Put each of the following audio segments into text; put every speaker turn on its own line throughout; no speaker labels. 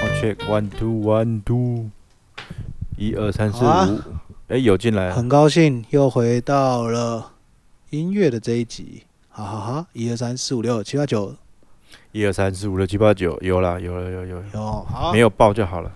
One two one two，一二三四
好啊
五，哎，有进来啊，
很高兴又回到了音乐的这一集，哈哈哈！一二三四五六七八九，
一二三四五六七八九，有啦，有了，有有有，
有哦好
没，有报就好了，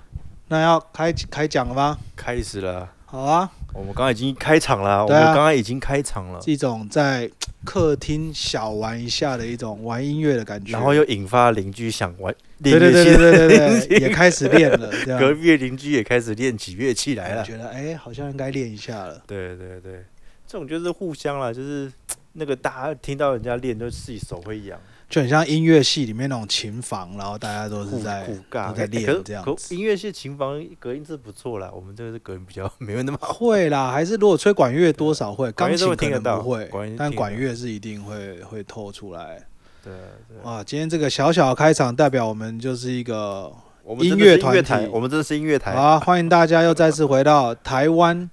那要开开讲了吗？
开始了，
好啊，
我们刚刚已经开场了，我
对
们
啊
刚刚已经开场了，
这种在客厅小玩一下的一种玩音乐的感觉，
然后又引发邻居想玩
对
练乐
对对
器，
对 对对对，也开始练了，这样
隔壁的邻居也开始练起乐器来
我
了，
觉得哎，好像应该练一下了。
对对对，这种就是互相啦，就是那个大家听到人家练，就自己手会痒。
就很像音乐系里面那种琴房，然后大家都
互
是在
互尬，
都在
哎
练
可是
这样
可
子
音乐系琴房隔音是不错啦，我们这个是隔音比较没有那么好。
会啦，还是如果吹管乐多少会，
管
钢
乐都
琴
会
可
听得
能
到
不会
管乐，
但
听得
管
到
乐是一定会会透出来。
对啊对啊，
哇，今天这个小小的开场代表我们就是一个
我们
音
真的
乐
是
团
台，
体
我们这是音乐台，
啊，欢迎大家又再次回到台湾，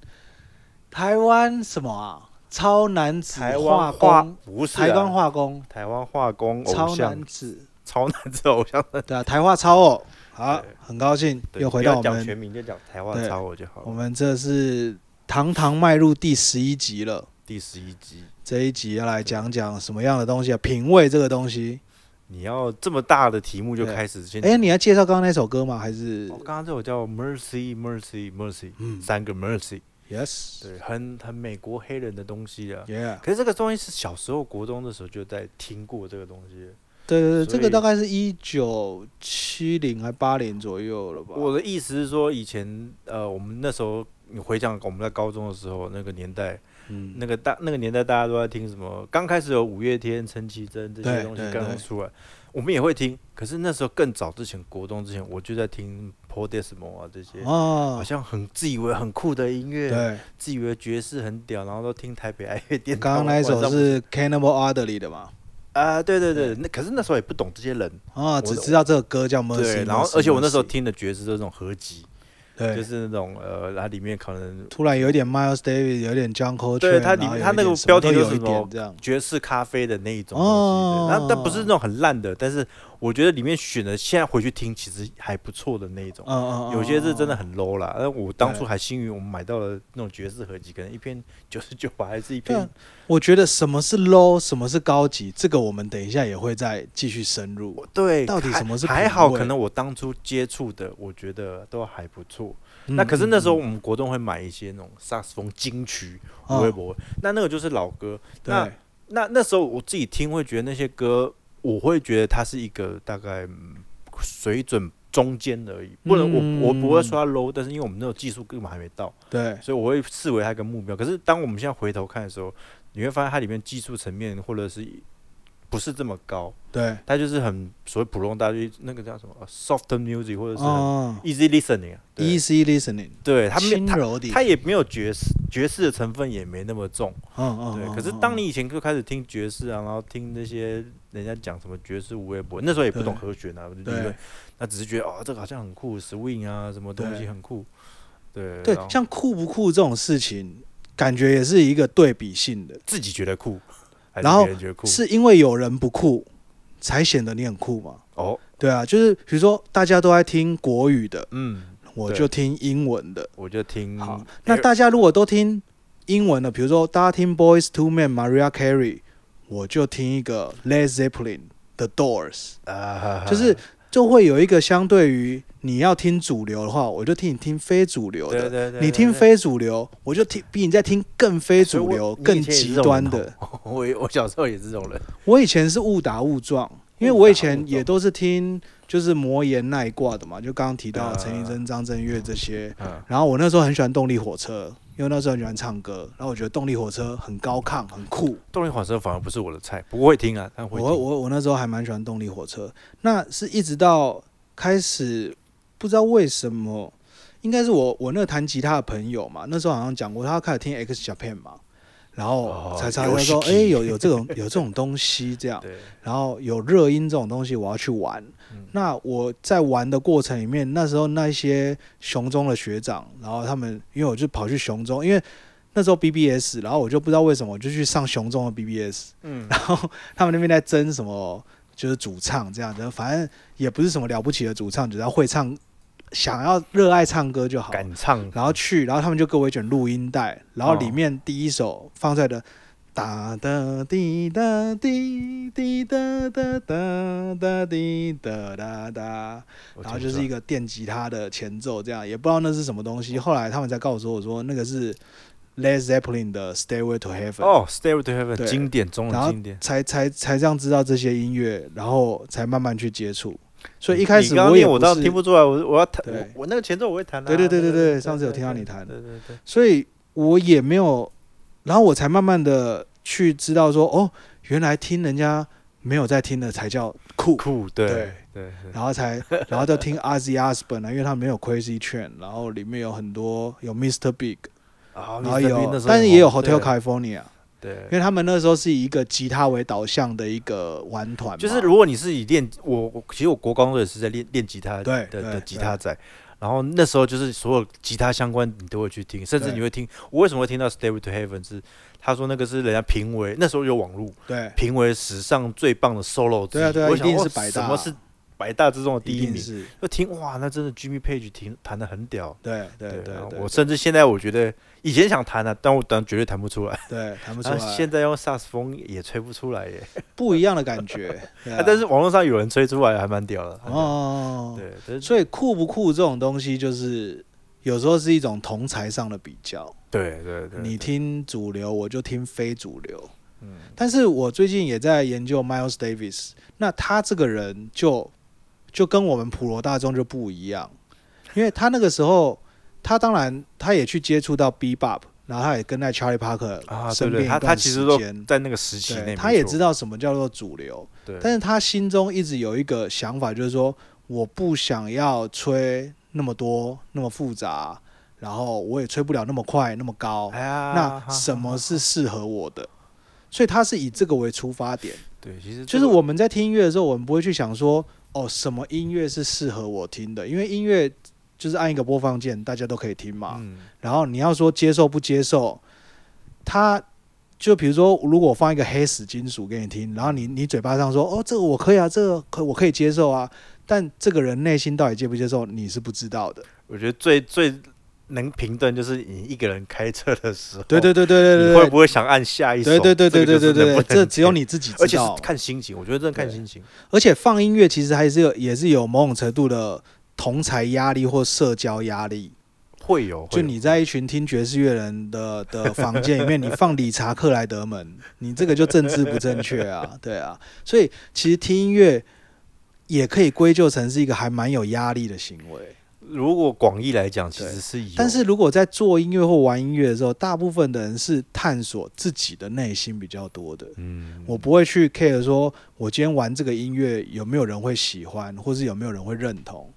台湾什么啊？超男子
台
化
湾化
工，
不是啊
台湾化工，
台湾化工偶
超
像
男，子，
超男子偶像的，
对啊，台化超 偶。好
对，
很高兴
对
又回
不要
到我
讲全
们，
名就讲台湾
对
超我就好
我
了。
们这是堂堂迈入第十一集了。
第十一集，
这一集要来讲讲什么样的东西啊？品味这个东西。
你要这么大的题目就
对
开始先。
哎、你要介绍刚刚那首歌吗？还是
哦刚刚这首叫 Mercy Mercy Mercy，
嗯
三个 Mercy，
？Yes，
对，很很美国黑人的东西啊。
，Yeah，
可是这个东西是小时候国中的时候就在听过这个东西了。
对对对，
所
这
以
个大概是一九七零还八零左右了吧？
我的意思是说，以前呃，我们那时候你回想我们在高中的时候那个年代，
嗯，
那个大那个年代大家都在听什么？刚开始有五月天、陈绮贞这些
对
东西
对
刚
对
刚出来，我们也会听。可是那时候更早之前，国中之前，我就在听 p o d e s m o 啊这些，好
哦，
像很自以为很酷的音乐，
对，
自以为爵士很屌，然后都听台北爱乐电台。
刚刚那一首
晚上
是 Cannibal Adderley 的嘛？
啊，对对对，那可是那时候也不懂这些人，
啊，
我
只知道这个歌叫 Mercy，
对，然后
Mercy，
而且我那时候
Mercy，
听的爵士都是那种合集，
对，
就是那种呃，它里面可能
突然有点 Miles Davis，有点 John Coltrane，
对它里
然后有一
它那个
点什么
标题
都
就
有
是
一
什么
点这样，
爵士咖啡的那一种东西
哦
对，那、但不是那种很烂的，但是我觉得里面选的，现在回去听其实还不错的那一种
嗯，嗯，嗯
有些是真的。
嗯
很 low 啦。但我当初
对
还幸运，我们买到了那种爵士合集，可能一篇 九十九吧，还是一
对
篇
啊，我觉得什么是 low，什么是高级，这个我们等一下也会再继续深入
我。对，
到底
还
什么是
还
品
好？
味
可能我当初接触的，我觉得都还不错。
嗯
那可是那时候我们国中会买一些那种萨克斯风金曲，
哦
微博，那那个就是老歌，
对
那那那时候我自己听会觉得那些歌，我会觉得它是一个大概、嗯水准中间而
嗯
已，不能我、我不会说它 low，但是因为我们那种技术根本还没到，
对
所以我会视为它一个目标。可是当我们现在回头看的时候，你会发现它里面技术层面或者是不是这么高，
对，
它就是很所谓普通大家那个叫什么呃 soft music 或者是很
哦
easy listening，、啊，对
，easy listening，
对它没
轻
它
柔的，
它也没有爵士爵士的成分也没那么重。
嗯嗯，
对，
嗯
可是
嗯
当
嗯
你以前就开始听爵士啊，然后听那些人家讲什么爵士无微博，那时候也不懂
对
和弦啊，我就觉
对
得那只是觉得哦，这个好像很酷，swing 啊，什么东西
对
很酷。对，然后
对像酷不酷这种事情，感觉也是一个对比性的，
自己觉得酷，还是
然后
别人觉得酷
是因为有人不酷，才显得你很酷嘛？
哦，
对啊，就是比如说大家都爱听国语的，
嗯，
我
对嗯
就听英文的。
我就听
好
Air-
那大家如果都听英文的，比如说大家听 Boys to Men、Maria Carey，我就听一个 Led Zeppelin、The Doors，
啊，
就是就会有一个相对于你要听主流的话，我就听你听非主流
对对
的。
对对，
你听
对
非主流，我就听比你在听更非主
所
流、
以我
更
你以前也是
极
这种人
端的。
哦 我也我小时候也是这 种人，
我以前是误打误撞，因为
误
我以
打误
前也
撞
都是听就是魔岩那一挂的嘛，就刚刚提到
啊
陈绮贞、张震岳这些。
嗯，
然后我那时候很喜欢动力火车，因为那时候很喜欢唱歌，然后我觉得动力火车很高亢、很酷。
动力火车反而不是我的菜，不过会听啊，但会
我
听。
我我那时候还蛮喜欢动力火车，那是一直到开始不知道为什么，应该是我我那个弹吉他的朋友嘛，那时候好像讲过，他开始听 X Japan 嘛，然后
哦
才查到说，
Yoshiki
哎、有有这种有这种东西这样，
对，
然后有热音这种东西，我要去玩。
嗯
那我在玩的过程里面，那时候那些熊中的学长，然后他们，因为我就跑去熊中，因为那时候 BBS，然后我就不知道为什么，我就去上熊中的 BBS，
嗯，
然后他们那边在争什么，就是主唱这样子，反正也不是什么了不起的主唱，只要会唱想要热爱唱歌就好，
敢唱，
然后去，然后他们就给我一卷录音带，然
哦
后里面第一首放出来的。哒哒滴哒滴滴哒哒哒哒滴哒哒哒，
我
然后
听
就
不
是一
出
个电吉他的前奏，这样也不知道那是什么东
哦
西。后来他们才告诉我说，那个是 Led Zeppelin 的《Stairway to Heaven》
来哦，Stairway to
对
Heaven 经典中
然
文
后
经典。
才才才这样知道这些音乐，然后才慢慢去接触。所以一开
你
始
刚刚
也
念
不
我
是
倒听不出来，我我要弹
对，
我我那个前奏我会弹啊。
对对对对对
对，
上次有听到你弹
对对对，
所以我也没有，然后我才慢慢的去知道说，哦，原来听人家没有在听的才叫酷，
酷，
对
对对对
然后才然后就听 Ozzy Osbourne 啊，因为他没有 Crazy Train，然后里面有很多有 Mr. Big，
啊
然
Mr. Bean 那
后有
时候
但是
很
也有
红对
Hotel California，因
对，
为他们那时候是以一个吉他为导向的一个玩团嘛，
就是如果你是以练我，我其实我国高中也是在练练吉他
对
的
对
的吉
对
他仔，然后那时候就是所有吉他相关你都会去听，甚至
对
你会听。我为什么会听到《Stairway to Heaven》是他说那个是人家评为那时候有网络
对，
评为史上最棒的 solo 之一，
对啊对啊
我想
一定
哇
是百大
什么是百大之中的第
一
一
定
名？
是
就听哇，那真的 Jimmy Page 听弹的很屌。
对对对
然后
对，
我甚至现在我觉得以前想弹啊，但我当然绝对弹不出来。
对弹不出
然后现
来，
在用萨克斯风也吹不出来耶，
不一样的感觉，对啊
啊但是网络上有人吹出来，还蛮屌的。
哦，
对，但是
所以酷不酷这种东西，就是有时候是一种同才上的比较。
对对对，
你听主流，我就听非主流。
嗯
但是我最近也在研究 Miles Davis，那他这个人就就跟我们普罗大众就不一样，因为他那个时候，他当然他也去接触到 B-Bop，然后他也跟在 Charlie Parker
啊，对
身
对，
边
他
一
他
段
其
时
实都
间，
在那个时期
对，
内，
他也知
道，
道什么叫做主流。
对，
但是他心中一直有一个想法，就是说我不想要吹那么多、那么复杂，然后我也吹不了那么快、那么高。
哎呀，
那什么是适合我的？所以他是以这个为出发点。
对，其实
就是我们在听音乐的时候，我们不会去想说哦，什么音乐是适合我听的，因为音乐就是按一个播放键，大家都可以听嘛。
嗯，
然后你要说接受不接受，他就比如说，如果我放一个黑死金属给你听，然后你你嘴巴上说哦，这个我可以啊，这个可我可以接受啊，但这个人内心到底接不接受，你是不知道的。
我觉得最最能评论就是你一个人开车的时候，
对对对对
你
对
会
对
不会想按下一首？
对对对
这
对对
个就
对
是能
对，
不
这
能
只有
听，
你自己
而
知
且
道
是。看心情，我觉得真的看
对
心情，
而且放音乐其实还是有，也是有某种程度的同才压力或社交压力。
会有，
就
会有
你在一群听爵士乐人的的房间里面，你放理查克莱德门， 你这个就政治不正确啊，对啊。所以其实听音乐也可以归咎成是一个还蛮有压力的行为。
如果广义来讲，其
对
实是有，
但是如果在做音乐或玩音乐的时候，大部分的人是探索自己的内心比较多的。
嗯，
我不会去 care 说我今天玩这个音乐有没有人会喜欢，或是有没有人会认同。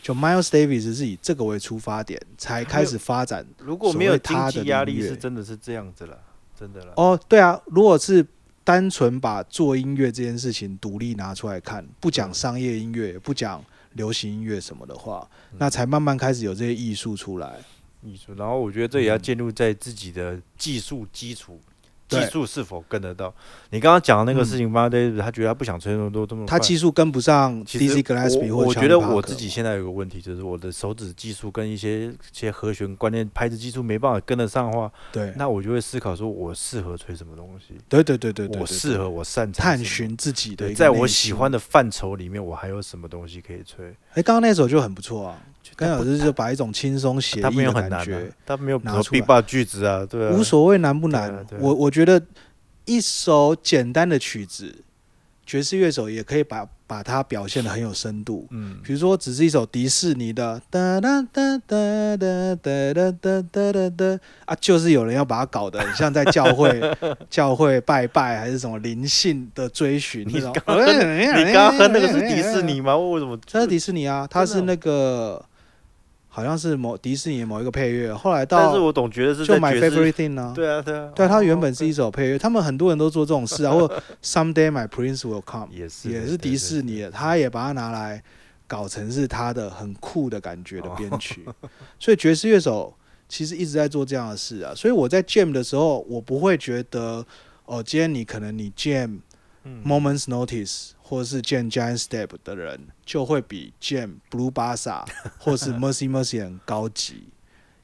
就 Miles Davis 是以这个为出发点，才开始发展
如果
所
没有
谓
经
他的
济压力，
音乐
是真的是这样子了，真的了。
哦，对啊，如果是单纯把做音乐这件事情独立拿出来看，不
嗯
讲商业音乐，不讲流行音乐什么的话，
嗯
那才慢慢开始有这些艺术出来。
艺术，然后我觉得这也要建立在自己的技术基础，
嗯对
技术是否跟得到。你刚刚讲的那个
嗯
事情，巴对，他觉得他不想吹那么多，这么
他
快
技术跟不上
其实
DC Gillespie
我
或
我
Charlie
觉得我
Parker
自己现在有个问题，就是我的手指技术跟一些一些和弦观念、拍子技术没办法跟得上的话，
对
那我就会思考说，我适合吹什么东西，
对对对对对，
我
对
适合我擅长
探
什么
寻自己的
对，
一个
在我
内
喜
心
欢的范畴里面，我还有什么东西可以吹？
哎，刚刚那首就很不错啊，
就
刚
它
刚
不
有就是就把一种轻松写意
它没有
的
很
感
难、
觉
啊，，它没有
拿
什么
出来
big bar 句子啊，对啊，
无所谓难不难。
对啊对啊
我我觉得一首简单的曲子，爵士乐手也可以把把它表现的很有深度。
嗯，
比如说，只是一首迪士尼的哒哒哒哒哒哒哒哒哒哒哒啊，就是有人要把它搞得很像在教 会教会拜拜还是什么灵性的追寻。哎
你
刚
你
你
刚刚喝 那个
哎
是迪士尼吗？我为什么？
这是迪士尼啊，它是
真的
那个好像是某迪士尼的某一个配乐，后来
但是
到
我总觉得是
就
在
My
爵士
Favorite。Thing 呢、啊。
对啊，对啊，
对啊，它
哦
原本是一
，OK
首配乐，他们很多人都做这种事啊，或 Someday My Prince Will Come
哦也是
也是迪士尼，的，他也把它拿来搞成是他的很酷的感觉的
哦
编 曲，所以爵士乐手其实一直在做这样的事啊，所以我在 jam 的时候，我不会觉得哦，今天你可能你 jam
嗯
Moments Notice 或是见 Giant Step 的人，就会比见 Blue Bassa 或是 Mercy Mercy 很高级，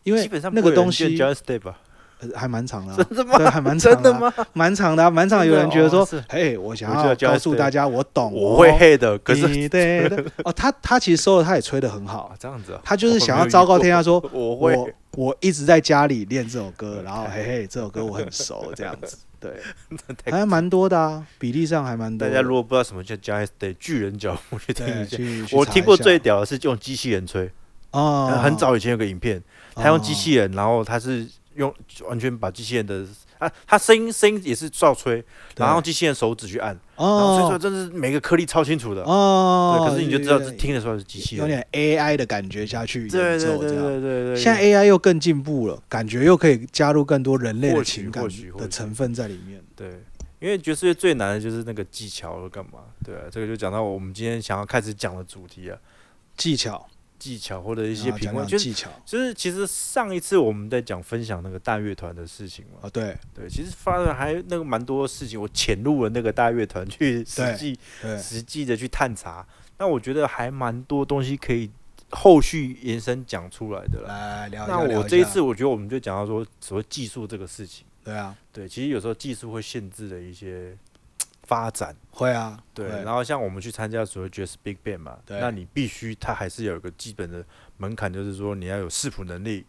因为
基本上
那
不
个
会有人
东
见
西
Giant Step 吧，
呃还蛮长 的啊、
真的吗？
对，还蛮
真
长的
的
啊、
吗？
蛮长的、啊，蛮长的。有人觉得说
真的哦是，
嘿，我想
我知道
要
Giant
告诉
Step
大家我懂、哦，
我会黑的，可是
你对对哦，他他其实收了，他也吹得很好
啊，这样子啊，
他就是想要昭告天下说，
我
我
会
我一直在家里练这首歌，然后嘿嘿，这首歌我很熟，这样子， 对，还蛮多的啊，比例上还蛮多
大
的。
家如果不知道什么叫 Giant Step 巨人脚步，去听
对
一下。
去去
我
查
听
一
过
下
最屌的是用机器人吹，
哦，
很早以前有个影片，他用机器
人
人，然后他是用完全把机器人的啊，他声音声音也是照吹，然后用机器人手指去按，然后吹出来
哦
真的是每个颗粒超清楚的。
哦，
对，可是你就知道
有
这听得出来是机器
有
人。
点 AI 的感觉下去演
对对
奏
对
这样。
对对对。
现在 AI 又更进步了，感觉又可以加入更多人类的
或许
情感
或许或
的
许
成分在里面。
对，因为爵士乐最难的就是那个技巧了，干嘛？对啊，这个就讲到我们今天想要开始讲的主题啊，
技巧，
技巧啊或者一
一
些评论，就是
啊技巧
就是其实上一次我们在讲分享那个大乐团的事情嘛，
哦，对
对，其实发生还那个蛮多事情，我潜入了那个大乐团去
对
实际
对，
实际的去探查，那我觉得还蛮多东西可以后续延伸讲出来的啦。
来聊一
那
下。聊
我
一
这一
下
次我觉得我们就讲到说所谓技术这个事情，
对啊，
对，其实有时候技术会限制了一些发展。
会啊，
对，
会
然后像我们去参加所谓爵士 Big Band 嘛，
对
那你必须它还是有一个基本的门槛，就是说你要有视谱能力，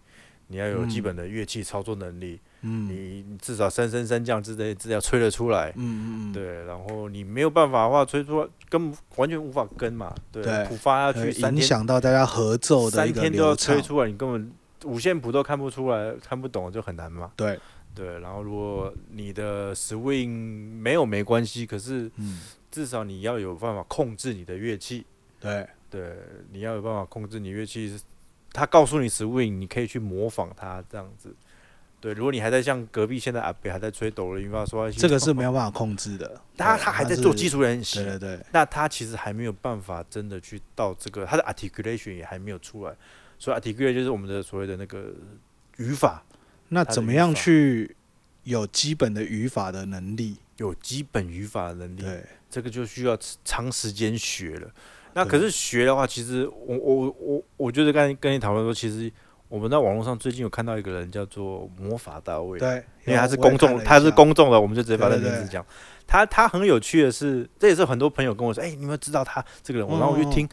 你要有基
嗯
本的乐器操作能力，
嗯
你你至少三升三降之类资料吹得出来。
嗯嗯嗯，
对，然后你没有办法的话，吹出来跟完全无法跟嘛，对，
对
谱发要
呃，
去三
影
天，
响到大家合奏的
三
一个
天都要
流
吹
畅。
出来，你根本五线谱都看不出来，看不懂就很难嘛。
对，
对，然后如果你的 swing 没有没关系，可是
嗯，
至少你要有办法控制你的乐器，
对，
对，你要有办法控制你乐器。他告诉你 swing，你可以去模仿他这样子。对，如果你还在像隔壁现在阿北还在吹抖了，因为说
这个是没有办法控制的。
他
对
他还在做基
础。
础练习
对，对对，
那他其实还没有办法真的去到这个，他的 articulation 也还没有出来，所以 articulation 就是我们的所谓的那个语法，
那
他的
怎么
语
样
法
去有基本的语法的能力？
有基本语法的能力，
对，
这个就需要长时间学了。那
对
可是学的话，其实我我我我觉得刚才跟你讨论说，其实我们在网络上最近有看到一个人叫做魔法大卫，
对，
因为他是
有我
公
也
众
看了，一
他是
下，
公众的，我们就直接把他
对
的
对
名字
对
讲。他他很有趣的是，这也是很多朋友跟我说，哎、你们知道他这个人？我然后我
嗯嗯
就听，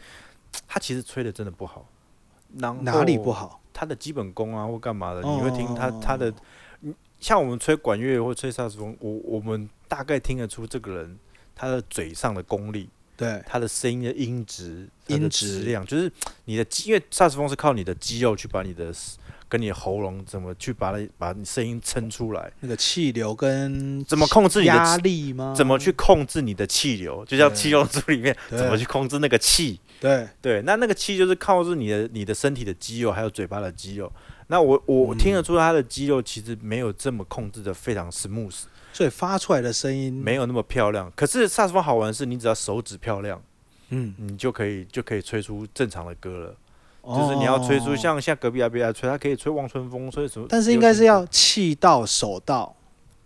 他其实吹的真的不好，然
哪里
后
不？好？
他的基本功啊或干嘛的，你会听他
哦
他的，嗯像我们吹管乐或吹萨克斯风，我我们大概听得出这个人他的嘴上的功力，
对，
他的声音的音质、它的
音
质
质
量，就是你的肌，因为萨克斯风是靠你的肌肉去把你的跟你的喉咙怎么去把它把你声音撑出来。
那个气流跟
怎么控制你的
压
气
力吗？
怎么去？控制你的气流，就像
对
气动组里面
对
怎么去控制那个气。
对，
对，那那个气就是靠住你的你的身体的肌肉，还有嘴巴的肌肉。那我我
嗯
听得出他的肌肉其实没有这么控制的非常 smooth，、
所以发出来的声音
没，有那么漂亮。可是萨克斯风好玩的是，你只要手指漂亮，
嗯，
你就可以就可以吹出正常的歌了。
哦
就是你要吹出，像像隔壁阿比亚吹，他可以吹望春风，吹什么？
哦但是应该是要气到手到，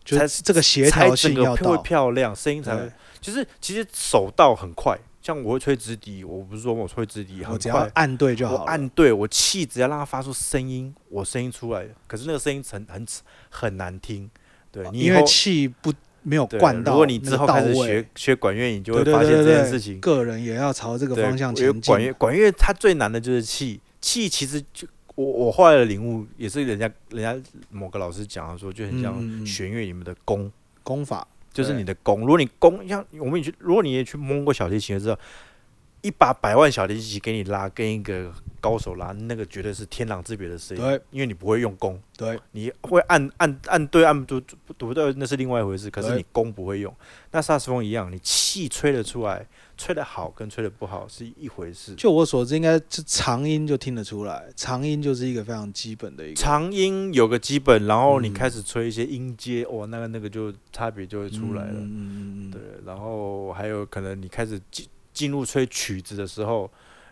就
才
是这个协调性要
才整个会
到，
漂亮，声音才会
对。
就是其实手到很快，像我会吹直笛，我不是说我吹直笛很
我只要
快，
按对就
我
好了。
按对，我气只要让它发出声音，我声音出来，可是那个声音很很很难听，对你以
哦因
后
为气不没有
对
灌到
如
那个到位，
果你之后开始学学管乐，你就会
对对
发现
对
这
对
件
对
事情。
个人也要朝这个
对
方向
因为
前
管乐
进。
管乐它最难的就是气，气其实就我我后来的领悟也是人家人家某个老师讲的说，就很
嗯嗯嗯
像弦乐里面的弓。
功法，
就是
对
你的弓。如果你弓像我们也去，如果你也去摸过小提琴，就知道一把百万小提琴给你拉，跟一个高手拉，那个绝对是天壤之别的声音。
对
因为你不会用弓，
对
你会按按按对按不对不对，那是另外一回事。可是
对
你弓不会用，那萨克斯风一样，你气吹得出来，吹得好跟吹得不好是一回事。
就我所知，应该是长音就听得出来，长音就是一个非常基本的一个
长音有个基本，然后你
嗯
开始吹一些音阶，哇，那个那个就差别就会出来了。
嗯嗯嗯嗯嗯
对，然后还有可能你开始进进入吹曲子的时候，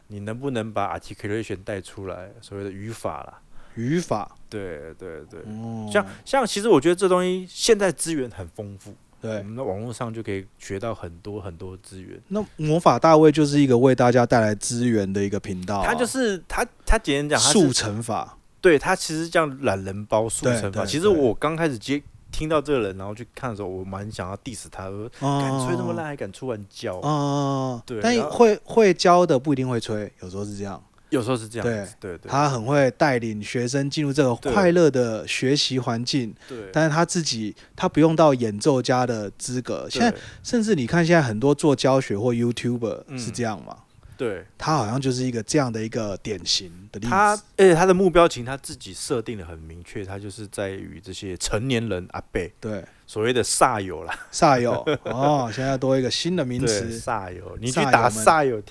你能不能把 articulation 带出来，所谓的语法啦？
语法，
对对对，
哦，
像像其实我觉得这东西现在资源很丰富，我
对，
们在网络上就可以学到很多很多资源。
那魔法大卫就是一个为大家带来资源的一个频道啊、
他就是他，他简单讲，他
速
是
成法，
对他其实这样懒人包速
对
成
对
法。其实
对
我刚开始接听到这个人，然后去看的时候，我蛮想要 diss 他，我说敢
敢
吹那么烂还敢出完教，
哦，
对
但
然后
会会教的不一定会吹，有时候是这样。
有时候是这样子，对对
他很会带领学生进入这个
对
快乐的学习环境，
对。
但是他自己他不用到演奏家的资格。现在
对
甚至你看，现在很多做教学或 YouTuber
嗯
是这样嘛，
对
他好像就是一个这样的一个典型的例
他
子。，
而且他的目标其实他自己设定的很明确，他就是在于这些成年人阿贝，
对，
所谓的煞友啦，
煞友哦，现在多一个新的名
对
词。
煞友，你去
煞友
打
们
煞友，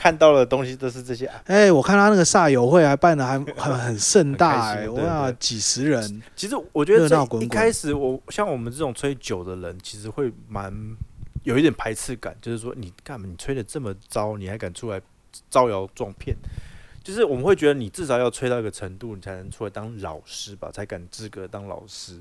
看到的东西都是这些啊阿
哎、我看他那个煞友会还办的还很很盛大
很
哎、
开心啊
我
对
哇，
对
几十人，
其实我觉得
热闹
这
滚
一
滚
开始我，像我们这种吹酒的人，其实会蛮有一点排斥感，就是说你干嘛你吹的这么糟，你还敢出来招摇撞骗？就是我们会觉得你至少要吹到一个程度，你才能出来当老师吧，才敢资格当老师。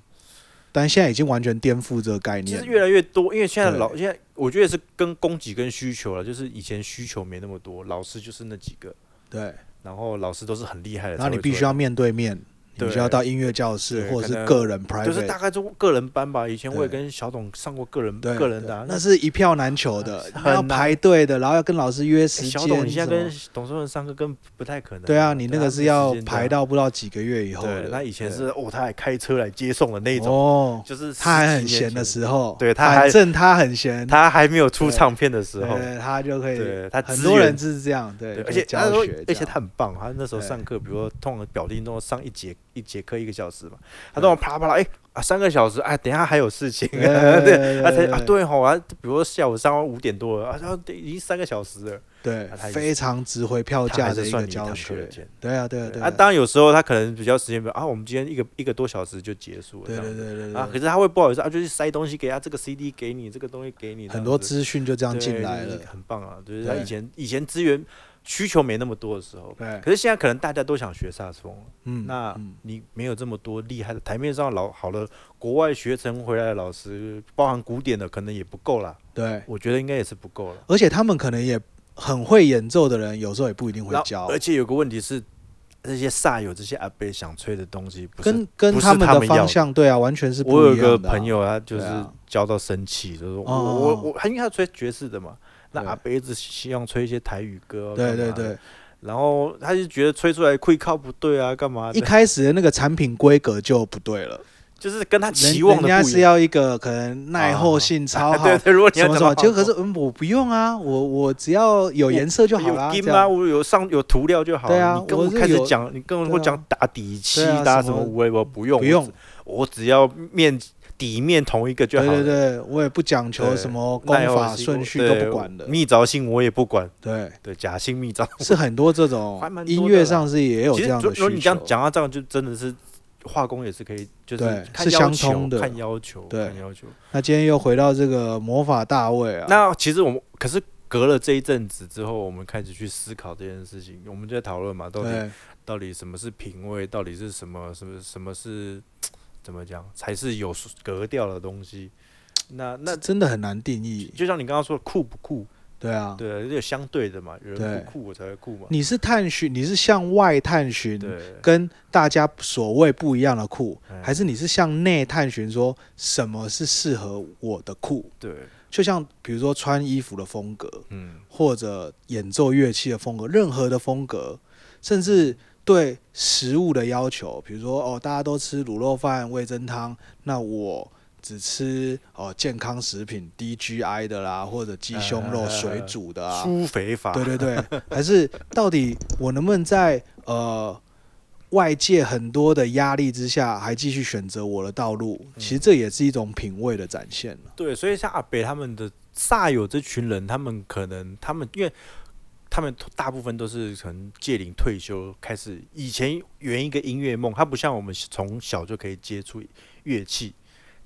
但现在已经完全颠覆这个概
其
念
实
了。
越来越多，因为现在
对
老现在我觉得是跟供给跟需求了，就是以前需求没那么多，老师就是那几个，
对，
然后老师都是很厉害的，
然后你
才会
必
出来
须要面对面，你
对
必须要到音乐教室
对
或
可
者是
能
个人
就是大
private，
概就个人班吧。以前我也
对
跟小董上过个人
对，
个人的啊、
对那是一票难求的，
很
你要
难
排队的，然后要跟老师约
欸
时间
小
什
董，
么。
你现在跟董事长上课根本不太可能啊。
对啊，你那个是要排
到
到不知道几个月以后的
对，。那以前
对
是哦，他还开车来接送的那一种，
哦，
就是
他还很
十几年
闲
前
的，时候，
对他还
反正他很闲，
他还没有出唱片的时候，
对他就可以。
对他
很
资
多
源
人是这样，对
对，，
可
而
以
且他
教
说
学，，
而且他很棒，他那时候
对
上课，比如说通常表弟都上一节一节课一个小时嘛，他都啪啦啪啦，哎啊三个小时，哎，等一下还有事情，
对对对
对，他才
对对
啊对吼，啊，比如说下午上完五点多了，啊，然后已经三个小时了，
对
啊他还是
非常值回票
他
价
还
哦的
是
一
算
个
你一堂
教
课的
学。
钱。
对啊，对啊，对
啊，当然有时候他可能比较时间比较啊，我们今天一个一个多小时就结束了，
对
这
对
样子
对对
啊，可
对
是他会不好意思啊，就是塞东西给他，这个 CD 给你，这个东西给你，
对，
这
很
样
多
子
资讯就这样
对
进来
就是
了。
很棒啊，就是他
对
以前以前资源需求没那么多的时候，
对，
可是现在可能大家都想学萨克斯风了，
哎嗯，
那
嗯
你没有这么多厉害的台面上老好的国外学成回来的老师，包含古典的可能也不够啦，
对，
我觉得应该也是不够了。
而且他们可能也很会演奏的人，有时候也不一定会
然后
教，
而且有个问题是，这些萨友这些阿贝想吹的东西，不是
跟跟
不是
他们
他
的
们
方
要
向对啊，完全是
我
不
有
一
一个
样的啊、
朋友，他就是
对啊
教到生气，就是说我
哦
我我，他因为他吹爵士的嘛，那
对
阿伯一直希望吹一些台语歌，啊
对对
干嘛的
对，，
然后他就觉得吹出来会靠不对啊，干嘛
一
的？
开始的那个产品规格就不对 了，
就是跟他
人
期望
人
的
家
不
是
一样。啊
要一个可能耐候性超好。
哎 对对，如果你
什
要
么
讲
什么？
到
就可是嗯，我不用啊，我我只要有颜色就好
有
啦。这
金啊，
样
我有上有涂料就好。
对啊
你跟
我
我
是
开始
有
讲，你跟
对啊
我讲打底漆
对啊，
打
什
什么
么
无为，我不用，
不
我
用
只，我只要面底面同一个就
对
好了。
对对，我也不讲求
对
什么功
耐候
法
性
顺
我
序都
对
不管的。
密凿性我也不管，
对，
对，假性密凿。
是很多这种
还蛮多的
音乐上是也有
其
这
实
样的
如
需
如果
求。
你这样讲到这样，就真的是画工也是可以，就是
对
看
是
要
相
求
通的
看要求，
对啊
看要求。
那今天又回到这个魔法大卫啊，
那其实我们可是隔了这一阵子之后，我们开始去思考这件事情，我们就在讨论嘛，到底
对
到底什么是品味，到底是什么什么什么是怎么讲才是有格调的东西？那那
这真的很难定义。
就像你刚刚说的酷不酷，
对啊，
对，有相对的嘛，有
对
人不酷我才会酷嘛，
你是探寻，你是向外探寻，
对，
跟大家所谓不一样的酷，
嗯
还是你是向内探寻，说什么是适合我的酷？
对，
就像比如说穿衣服的风格，
嗯，
或者演奏乐器的风格，任何的风格，甚至对食物的要求，比如说哦，大家都吃卤肉饭、味噌汤，那我只吃哦健康食品 DGI 的啦，或者鸡胸肉
呃
水煮的啊，
苏肥法，
对对对，还是到底我能不能在呃外界很多的压力之下，还继续选择我的道路？其实
嗯
这也是一种品味的展现了。
对，所以像阿北他们的煞友这群人，他们可能他们因为他们大部分都是可能届龄退休开始，以前圆一个音乐梦，他不像我们从小就可以接触乐器，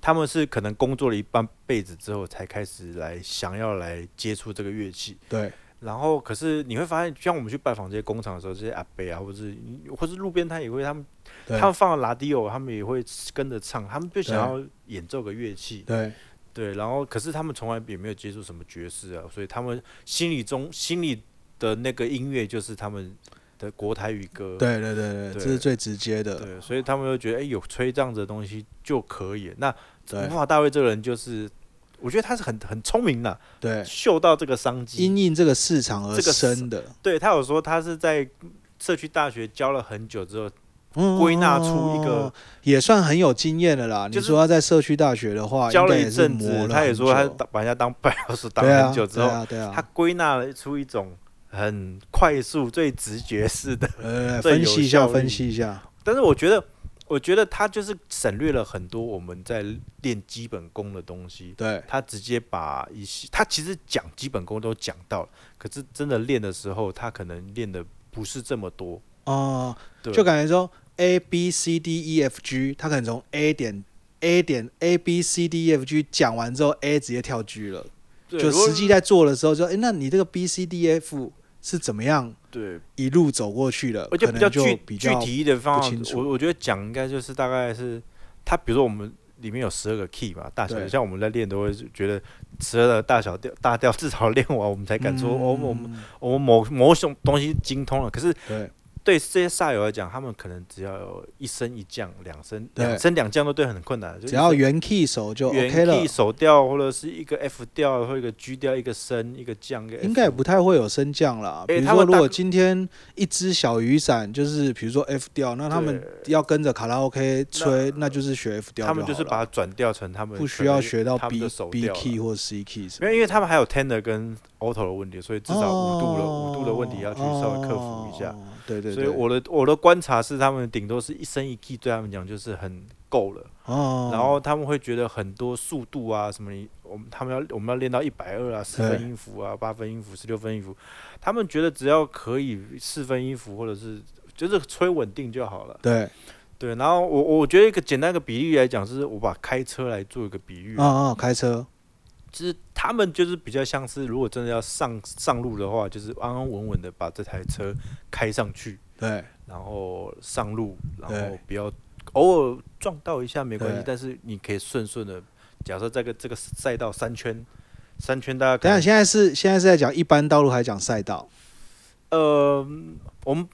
他们是可能工作了一半辈子之后才开始来想要来接触这个乐器。
对
然后，可是你会发现，像我们去拜访这些工厂的时候，这些阿伯啊，或是或是路边摊也会，他们
对
他们放了拉迪欧，他们也会跟着唱，他们就想要演奏个乐器。
对
对，然后可是他们从来也没有接触什么爵士啊，所以他们心里中心里的那个音乐就是他们的国台语歌。
对对对对，
对
这是最直接的。
对，所以他们就觉得，哎、有吹这样子的东西就可以。那
对
魔法大卫这个人就是，我觉得他是很很聪明的，
对，
嗅到这个商机。
因应这个市场而
这个市
生的，
对他有说，他是在社区大学教了很久之后，
嗯
归纳出一个
也算很有经验的啦。
就
你
是
说他在社区大学的话，
教
哦应
了
该
一
也是
阵
磨
子，
了
他也
很
说他
久
当把人家当白老鼠当
对啊
很久之
对
后，
啊对啊，
他归纳了出一种很快速、最直觉式的。
呃，
最
分
有
析一下，
效率
分析一下，
但是我觉得，我觉得他就是省略了很多我们在练基本功的东西。
对
他直接把一些，他其实讲基本功都讲到了，可是真的练的时候，他可能练的不是这么多。
哦、
对，
就感觉说 A B C D E F G，他可能从 A 点 A 点 A B C D E F G 讲完之后，A 直接跳 G 了，
对
就
如果
实际在做的时候就，哎、那你这个 B C D E F 是怎么样
对，
一路走过去的？
而且
可
比
能
较
就
具
比
具
较
体一点方
不清楚
我我觉得讲应该就是大概是他，比如说我们里面有十二个 key 嘛，大小
对
像我们在练都会觉得十二个大小调大调至少练完，我们才敢说、哦，我们
嗯
我们某某种东西精通了。可是
对
对这些煞友来讲，他们可能只要有一升一降、两升
对
两升两降都对很困难，就
只要
一升
原 key 手就
原
OK 了
key，手调或者是一个 F 调或一个 G 调，一个升一个降，一个 F
应该也不太会有升降啦。比
诶
如
他
说，
们
如
大
果今天一只小雨伞就是比如说 F 调，那他们要跟着卡拉 OK 吹，那就是学 F 调好
他
了。
们就是把它转调成他们
不
可
需
能
要学到
他们
B
的手
B
调了
key 或 C key 什
没
么。
有，因为他们还有 tender 跟 auto 的问题，所以至少五度了，
哦
五度的问题要去稍微克服一下。
哦对对
所
对，
以我的我的观察是，他们顶多是一升一 key，对他们讲就是很够了。
哦，
然后他们会觉得很多速度啊什么你，我们他们要我们要练到一百二啊，四分音符啊，八分音符，十六分音符，他们觉得只要可以四分音符或者是就是吹稳定就好了。
对
对，然后我我觉得一个简单的比喻来讲，就是我把开车来做一个比喻
啊，啊，开车
就是他们就是比较像是，如果真的要上上路的话，就是安安稳稳的把这台车开上去，
对
然后上路，然后
对
不要偶尔撞到一下没关系
对，
但是你可以顺顺的，假设这个这个赛道三圈，三圈大概可
等一
能
下现在是现在是在讲一般道路还是讲赛道？
呃，我们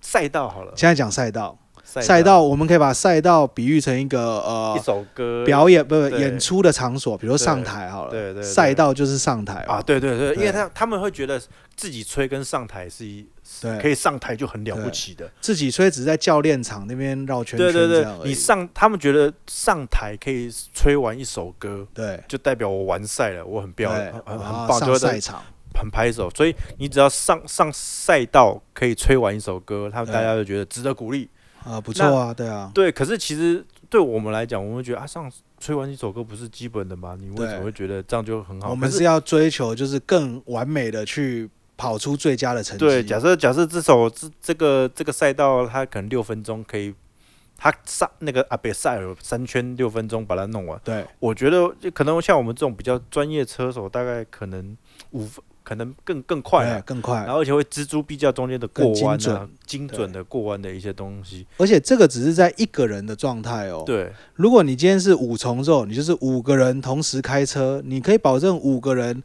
赛道好了，
现在讲赛道，
赛
赛道我们可以把赛道比喻成一个
一
呃
首歌
表演不不
对
演出的场所，比如说
对
上台好了，
对对对
赛道就是上台嘛
啊，对对对，
对
因为他他们会觉得自己吹跟上台是一是
对
啊可以上台就很了不
对
起的。
自己吹只是在教练场那边绕圈
对
圈
对
这
对
样，而已。
你上他们觉得上台可以吹完一首歌，
对
就代表我完赛了，我很标，
对
很很
然后
啊很棒，就
上
会
赛
在
场，啊
很拍手。所以你只要上上赛道可以吹完一首歌，他们
对
大家就觉得值得鼓励。
啊，不错啊，对啊，
对，可是其实对我们来讲，我们会觉得啊，上吹完一首歌不是基本的吗？你为
对
什么会觉得这样就很好？
我
可
们是要追求就是更完美的去跑出最佳的成绩。
对，假设假设这首这这个这个赛道，它可能六分钟可以，它上那个阿北塞尔三圈六分钟把它弄完。
对
我觉得就可能像我们这种比较专业车手，大概可能五分，可能更更快、
对
啊，
更快
然，后而且会锱铢必较中间的过
哎更
弯
精
啊
准，
精准的过弯的一些东西。
而且这个只是在一个人的状态哦。，
对
如果你今天是五重奏，你就是五个人同时开车，你可以保证五个人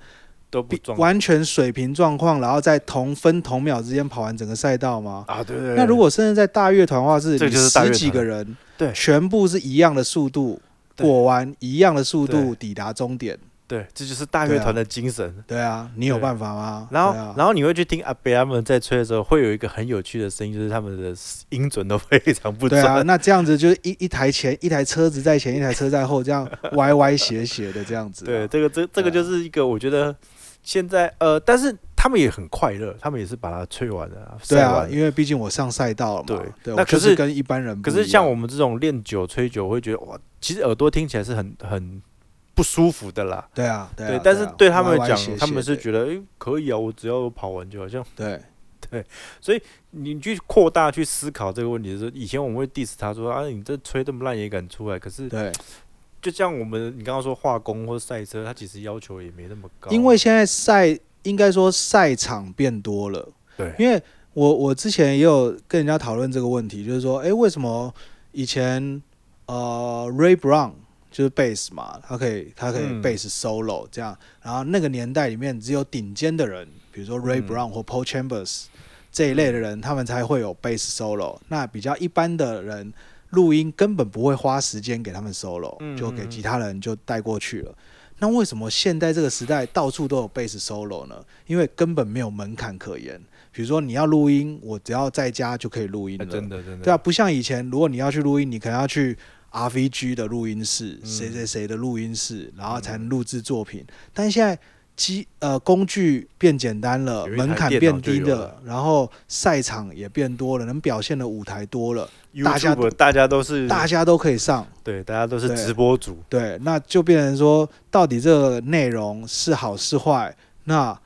都不
比
撞
完全水平状况，然后在同分同秒之间跑完整个赛道吗？
啊，对对对。
那如果甚至在大乐团的话，是
这
你
就是大乐
十
团
几个人，
对
全部是一样的速度
对
过弯，一样的速度
对
抵达终点，
对，这就是大乐团的精神。
对啊，你有
对
办法吗？
然后，
对啊
然后你会去听阿北他们在吹的时候，会有一个很有趣的声音，就是他们的音准都非常不
对
准。
啊，那这样子就是一一台前一台车子在前，一台车在后，这样歪歪斜斜的这样子啊。
对，这个这这个
对
就
啊
是一个我觉得现在呃，但是他们也很快乐，他们也是把它吹完了，
对
晒
啊，
完了
因为毕竟我上赛道了嘛。
对
对，
那
我就
可
是
是
跟一般人不
可
一样。
是像我们这种练久吹久，会觉得哇，其实耳朵听起来是很很不舒服的啦。
对啊，对啊，
对
啊，
但是对他们
歪
来
歪
讲，
斜斜
他们是
的
觉得诶可以啊，我只要跑完就好像
对
你去扩大去思考这个问题的时候，以前我们会 diss 他说啊，你这吹这么烂也敢出来，可是
对，
就像我们你刚刚说化工或赛车，它其实要求也没那么高，
因为现在赛应该说赛场变多了。
对
因为我我之前也有跟人家哎讨论这个问题，就是说，诶，为什么以前呃 Ray Brown 就是 bass 嘛，他可以他可以
嗯
bass solo 这样，然后那个年代里面只有顶尖的人，比如说 Ray
嗯
Brown 或 Paul Chambers 这一类的人，他们才会有 bass solo。那比较一般的人，录音根本不会花时间给他们 solo，
嗯
就给
嗯
吉他人就带过去了。那为什么现在这个时代到处都有 bass solo 呢？因为根本没有门槛可言。比如说你要录音，我只要在家就可以录音了。
哎真的真的，
对啊，，不像以前，如果你要去录音，你可能要去 RVG 的录音室，
嗯
谁谁谁的录音室，然后才能录制作品。但现在机呃工具变简单了，
有一台
门槛
电脑
变
就
低
有
了
了，
然后赛场也变多了，能表现的舞台多了，大
大
家
家大家都是
大家都可以上。
对，大家都是
对
直播主，
对，那就变成说，到底这个内容是好是坏？那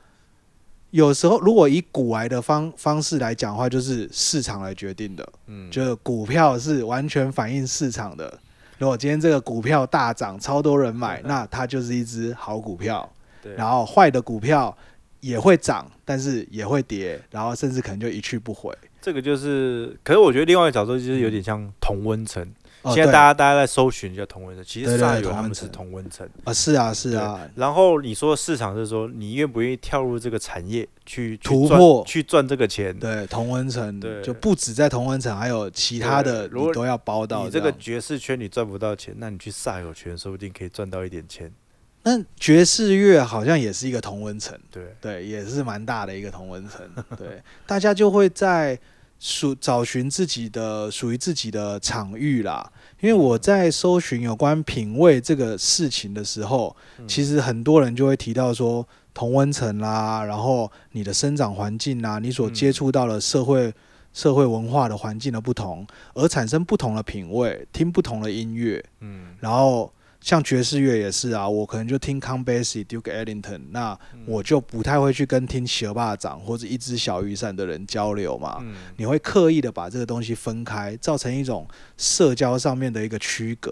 有时候如果以股癌的方方式来讲的话，就是市场来决定的。
嗯，
就是股票是完全反映市场的。如果今天这个股票大涨，超多人买，那它就是一只好股票。
对，
然后坏的股票也会涨，但是也会跌，然后甚至可能就一去不回。
这个就是，可是我觉得另外一个角度就是有点像同温层。
哦
现在
对
大家大家在搜寻叫同温层，其
对
实
对
萨
对
友他
同温
们
层
是同温层。
啊，是啊，是啊，
然后你说市场是说你愿不愿意跳入这个产业去去
突
赚
破
去赚这个钱？
对，同温层
嗯对
就不止在同温层，还有其他的
对如果
你都要包到
你这个
样
爵士圈你赚不到钱，那你去萨友圈说不定可以赚到一点钱。
那爵士乐好像也是一个同温层。
对，
对，也是蛮大的一个同文层。对，大家就会在属找寻自己的属于自己的场域啦。因为我在搜寻有关品味这个事情的时候，其
实
实很多人就会提到说同温层啦，然后你的生长环境啦，你所接触到的社会。社会文化的环境的不同，而产生不同的品味，听不同的音乐，
嗯，
然后像爵士乐也是啊，我可能就听 Count Basie、Duke Ellington，那
嗯
我就不太会去跟听蛇霸掌或者一只小雨伞的人交流嘛。
嗯
你会刻意的把这个东西分开，造成一种社交上面的一个区隔。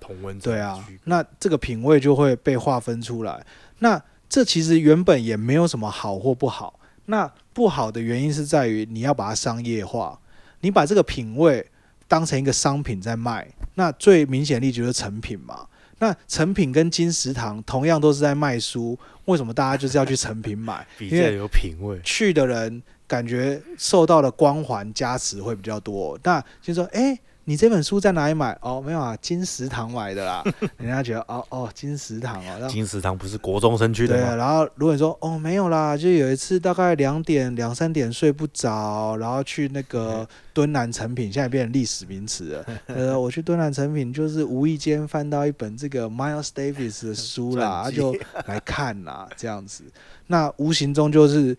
同温层
对啊
区，
那这个品味就会被划分出来。那这其实原本也没有什么好或不好。那不好的原因是在于你要把它商业化，你把这个品味当成一个商品在卖。那最明显的例子就是成品嘛。那成品跟金石堂同样都是在卖书，为什么大家就是要去成品买？
比
因
较
为
有品味。
去的人感觉受到的光环加持会比较多。那就说，哎、你这本书在哪里买？哦，没有啊，金石堂买的啦。人家觉得，哦哦，金石堂哦，然后
金石堂不是国中生去
对
的
啊，
吗？
然后如果你说哦没有啦，就有一次大概两点两三点睡不着，然后去那个 敦南成品，现在变成历史名词了。呃，我去敦南成品就是无意间翻到一本这个 Miles Davis 的书啦，他
传记
就来看啦，这样子。那无形中就是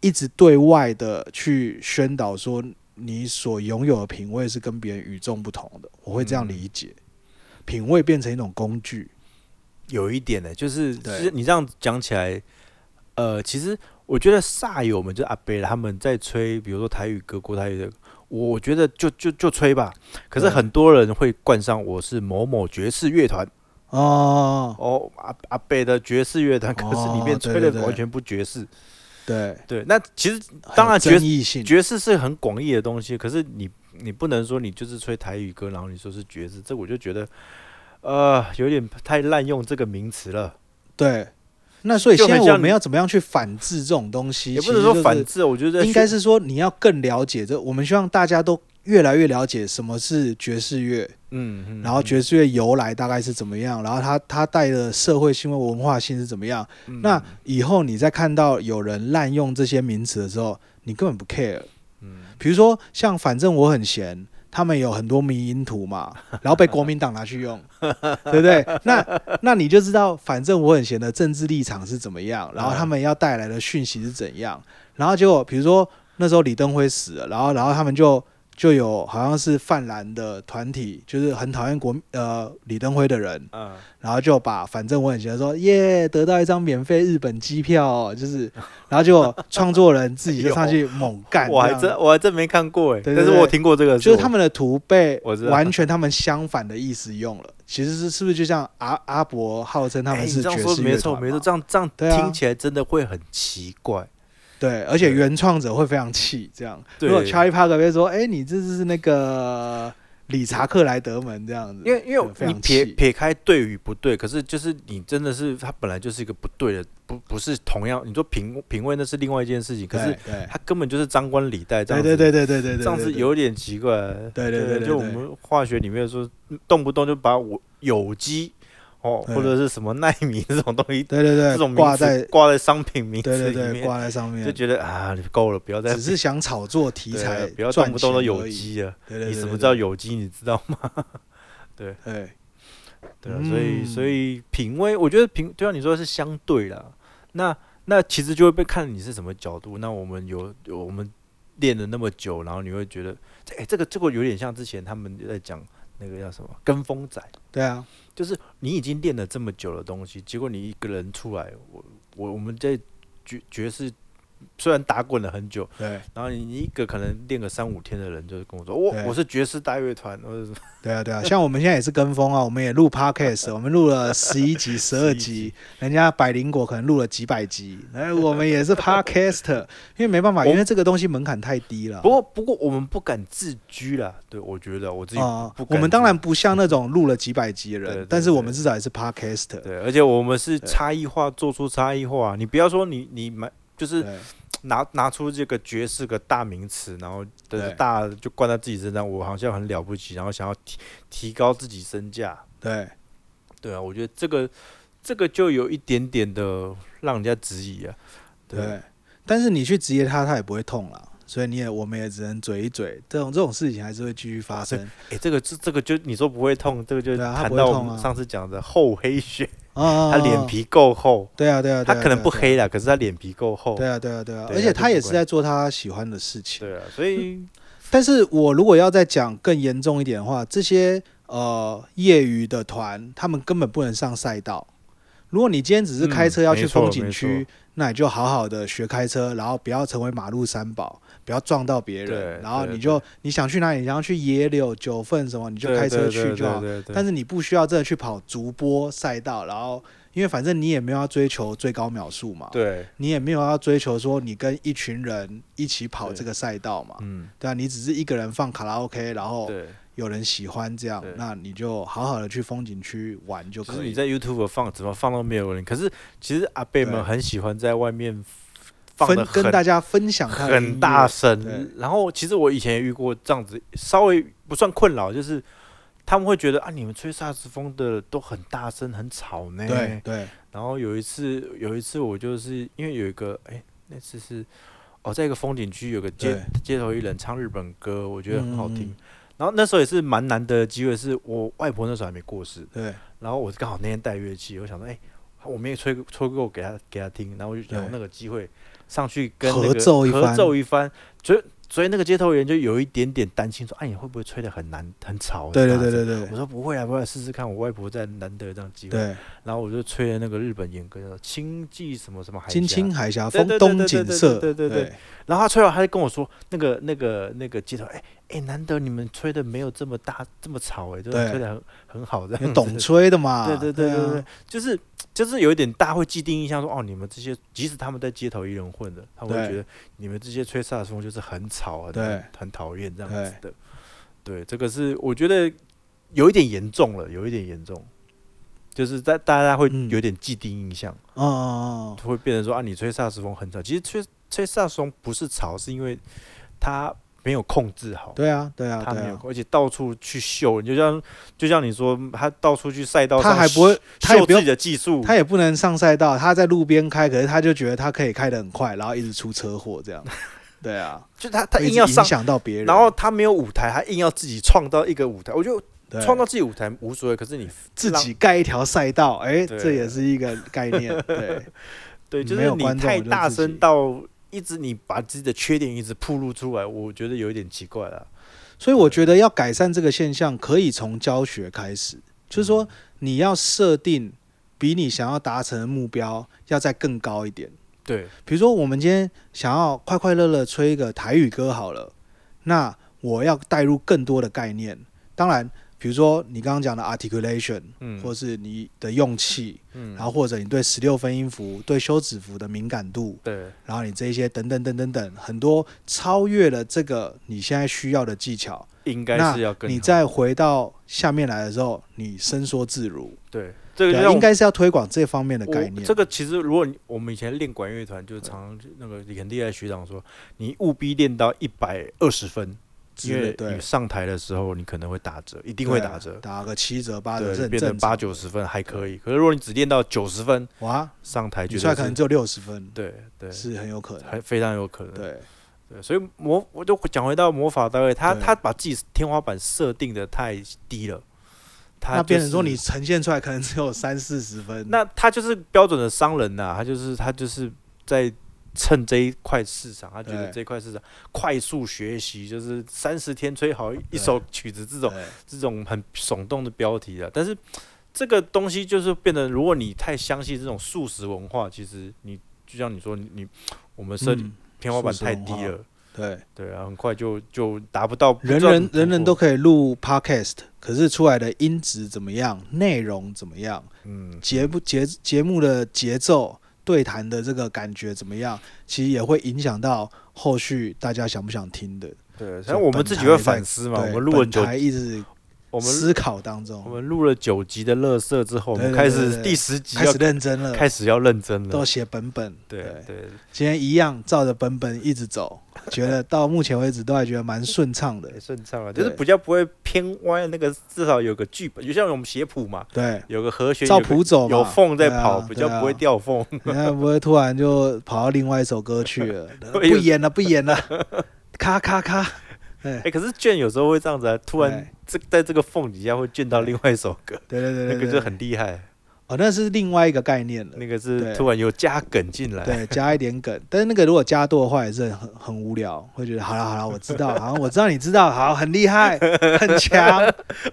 一直对外的去宣导说你所拥有的品味是跟别人与众不同的，我会这样
嗯
理解。品味变成一种工具，
有一点呢、就是
对
其实你这样讲起来，呃，其实我觉得煞友们就是阿贝他们在吹，比如说台语歌、国台语的，我我觉得就就就吹吧。可是
对
很多人会冠上我是某某爵士乐团
哦，
哦，阿阿贝的爵士乐团，可是里面
哦对
吹
对
的
对嗯
完全不爵士。
对，
对，那其实
很
当然
有
爵
争议性。
爵士是很广义的东西，可是你你不能说你就是吹台语歌，然后你说是爵士，这我就觉得呃有点太滥用这个名词了。
对，那所以
就
现
很
在
像
我们要怎么样去反制这种东西？
也
其
不
实
能
就
说
是
反制，我觉得
应该
是
是说你要更了解这。我们希望大家都越来越了解什么是爵士乐，
嗯，嗯
然后爵士乐由来大概是怎么样，然后它它带的社会性或文化性是怎么样。
嗯
那以后你再看到有人滥用这些名词的时候，你根本不 care。
嗯
比如说像反正我很闲，他们有很多迷因 图嘛，然后被国民党拿去用，对不对？那那你就知道反正我很闲的政治立场是怎么样，
嗯
然后他们要带来的讯息是怎样，然后结果比如说那时候李登辉死了，然后然后他们就。就有好像是泛蓝的团体，就是很讨厌国呃李登辉的人，
嗯
然后就把反正我很喜欢说耶，得到一张免费日本机票、哦，就是，然后就创作人自己就上去猛干，
我还
这
真
样
我还真没看过哎，
对对
但是
对
我听过这个，
就是
我
他们的图被
我知道
完全他们相反的意思用了，其实是是不是就像阿阿伯号称他
哎
们
你
是
这样
爵
说
士
没
乐
错
团
没错，
嘛？
这样这样
对啊
听起来真的会很奇怪，
对，而且
对
原创者会非常气这样。如果
对
Charlie Parker 被说，哎，你这是那个。理查克莱德门这样子，
因为因为
非
你
常
撇
气
撇开对与不对，可是就是你真的是他本来就是一个不对的，不不是同样你说品品味那是另外一件事情，可是
对对
他根本就是张冠李戴这样
对
子，
对对对对对对，
这样子
对
有点奇怪。
对对对对
就我们化学里面说，动不动就把我有机哦
对
或者是什么纳米 这种东西，
对对
这
对
种名
挂
词
在
挂在商品名
对
字
对
里
对
面，
挂在上面，
就觉得啊你够了，不要再
只是想炒作题
对啊
材，
不要
赚
动不动
钱
都有
而已，
机了。
对对对，
你什
对
么叫？有机？你知道吗？
对对，
对啊，所以
嗯
所以品味，我觉得品，啊就像你说的是相对啦。那那其实就会被看你是什么角度。那我们有有我们练了那么久，然后你会觉得，哎、这个这个有点像之前他们在讲那个叫什么跟风仔，
对啊，
就是你已经练了这么久的东西，结果你一个人出来，我我我们在爵爵士虽然打滚了很久，
对
然后你你一个可能练个三五天的人，就是跟我说，我
对
我是爵士大乐团，或者是
对啊 对啊，像我们现在也是跟风啊，我们也录 podcast，我们录了十一 集、十二
11
集，人家百灵果可能录了几百集，哎，我们 也是 podcast，因为没办法，
我
因为这个东西门槛太低了。
不过不过我们不敢自居啦，对我觉得我自己
啊、
不敢
我们当然不像那种录了几百集的
对对
人
对，
但是我们至少也是 podcast。
对，而且我们是
对
差异化做出差异化，啊你不要说你你买就是
对
拿拿出这个爵士个大名词，然后的
对
大就灌到自己身上，我好像很了不起，然后想要提提高自己身价，
对
对啊，我觉得这个这个就有一点点的让人家质疑啊，
对，但是你去职业他，他也不会痛了，所以你也我们也只能嘴一嘴，这种这种事情还是会继续发生
哎，这个这这个就你说不会痛，这个就
对啊它
谈
不
到
会
我
痛
们
啊
上次讲的厚黑学，
啊啊。
哦他脸皮够厚。
对啊，对啊，
他
对啊
可能不。
对啊
黑啦，可是他脸皮够厚。
对啊，对啊，对啊，
对啊
而且
就不
他也
管
是在做他喜欢的事情。
对啊，所以
但是我如果要再讲更严重一点的话，这些呃业余的团，他们根本不能上赛道。如果你今天只是开车
嗯
要去
没错
风景
没
区，那你就好好的学开车，然后不要成为马路三宝，不要撞到别人，
对
然后
对
你就你想去哪里，你想要去野柳、九份什么， 你就开车去就好。但
是
是你不需要真的去跑逐波赛道，然后因为反正你也没有要追求最高秒数嘛，
对，
你也没有要追求说你跟一群人一起跑
对
这个赛道嘛，
嗯，
对啊，你只是一个人放卡拉 OK，然后
对，
有人喜欢这样
对，
那你就好好的去风景区玩就
就是
可
你
以。
在 YouTube 放，怎么放都没有人。可是其实阿贝们
对
很喜欢在外面放
分
的
跟大家分享他的音
很
乐
大
对
声，然后其实我以前也遇过这样子，稍微不算困扰，就是他们会觉得啊，你们吹萨克斯风的都很大声，很吵呢。
对对
然后有一次，有一次我就是因为有一个，哎、那次是哦，在一个风景区有个街街头艺人唱日本歌，我觉得很好听。
嗯嗯
然后那时候也是蛮难得的机会，是我外婆那时候还没过世，
对
然后我刚好那天带乐器，我想说，哎、我没有吹吹过给她给她听，然后我就有
对
那个机会上去跟那个
合奏一番
合奏一番，所以所以那个街头艺人就有一点点担心说，哎、你会不会吹的很难很吵？
对对
很大
对
声
对对
我
对
说不会啊，不会啊试试看。我外婆在难得有这样机会，
对，
然后我就吹了那个日本演歌叫《青记什么什么海峡
金青海峡
对
风
对对
东
对
景
对
色，
对对对
对
然后他吹完，他就跟我说，那个那个那个街头，哎、哎、难得你们吹的没有这么大这么吵、哎，都
对
吹的很很好这样
你
子。
懂吹的 嘛？
对对对对对
啊，，
就是就是有一点大家会既定印象说，哦，你们这些即使他们在街头艺人混的，他们会
对
觉得你们这些吹萨克斯风就是很吵，很
对
很很讨厌这样子的。对，这个是我觉得有一点严重了，有一点严重，就是在大家会
嗯
有点既定印象。
嗯嗯嗯
会变成说啊，你吹萨克斯风很吵。其实吹吹萨克斯风不是吵，是因为它没有控制好
嗯，，对啊对啊
它
对
没有
啊，
控，而且到处去秀，你就像就像你说，他到处去赛道上秀，
他还不会，他也
秀自
不用
己。的技术，
他也不能上赛道，他在路边开，可是他就觉得他可以开得很快，然后一直出车祸 这样。对啊，
就他他
会一
硬
直
要
影
上，
响到别人，
然后他没有舞台，他硬要自己创造一个舞台。我觉得
对
创造自己舞台无所谓，可是你
自己盖一条赛道，哎、
对
这也是一个概 念，对
对，就
没
是
有
你
观众
太
我就
大
自己
声到一直你把自己的缺点一直暴露出来，我觉得有一点奇怪了。
所以我觉得要改善这个现象，可以从教学开始，就是
嗯
说你要设定比你想要达成的目标要再更高一点。
对，
比如说，我们今天想要快快乐乐吹一个台语歌好了，那我要带入更多的概念。当然，比如说你刚刚讲的 articulation，
嗯
或是你的用气，
嗯，
然后或者你对十六分音符、对休止符的敏感度，
对，
然后你这一些等等等等等，很多超越了这个你现在需要的技巧，
应该
那
是要跟
你再回到下面来的时候，你伸缩自如。
对这个
对
就
啊，
让
应
我
该是要推广这方面的概
我
念。
这个其实，如果你我们以前练管乐团，就是常常那个很厉害的学长说，你务必练到一百二十分，
之
因
类
为
对
你上台的时候你可能会打折，一定会打折，
啊打个七折八折，
对，
这很
变成
正常
八九十分还可以。可是如果你只练到九十分，
哇，
上台
你
就
出来可能只有六十分，
对对，
是很有可能。
还非常有可能。
对，
对，所以魔我就讲回到魔法大卫，他
对
他把自己天花板设定的太低了，他、
那
就
变成说
是
你呈现出来可能只有三四十分，
那他就是标准的商人呐、他就是他就是在趁这一块市场，他觉得
对
这块市场快速学习，就是三十天吹好一首曲子这种
对
这种很耸动的标题啊。但是这个东西就是变得，如果你太相信这种素食文化，其实你就像你说，你你我们设
嗯
天花板
素食
太
文
低
化
了，
对，
对啊，很快就就达不到，
人
不知道
人
怎么
人人都
突破
可以录 podcast，可是出来的音质怎么样，内容怎么样，
嗯
节目节节目的节奏。对谈的这个感觉怎么样？其实也会影响到后续大家想不想听的。
对，反
就
正我们
本
自己
台
会
在
反思嘛，我
对
们录了
本
九，
台一直
我们
思考当中，
我们录了九集的乐色之后，我
对
们
对
开
对
始
对
第十集
开
要
始认真了，
开始要认真
都
了。
写本本。
对对，
今天一样照着本本一直走，觉得到目前为止都还觉得蛮顺畅的
也。顺畅了，就是
对
比较不会偏歪。那个至少有个剧本，就像我们写谱嘛，
对，
有个和弦，
照
有个
谱走嘛
有缝在
对啊
跑，比
对
较不会
啊
掉缝。
人家不会突然就跑到另外一首歌 去了，不
会有
演了，不演了，咔咔咔。对
哎，可是卷有时候会这样子啊，突然
对
这在这个缝底下会卷到另外一首歌，
对对对
那
对，
个
对
就很厉害，
哦，那是另外一个概念了。
那个是
对
突然有加梗进来。
对，加一点梗，但是那个如果加多的话也是很很无聊，会觉得好了好了，我 知道，好，我知道你知道，好，很厉害，很强，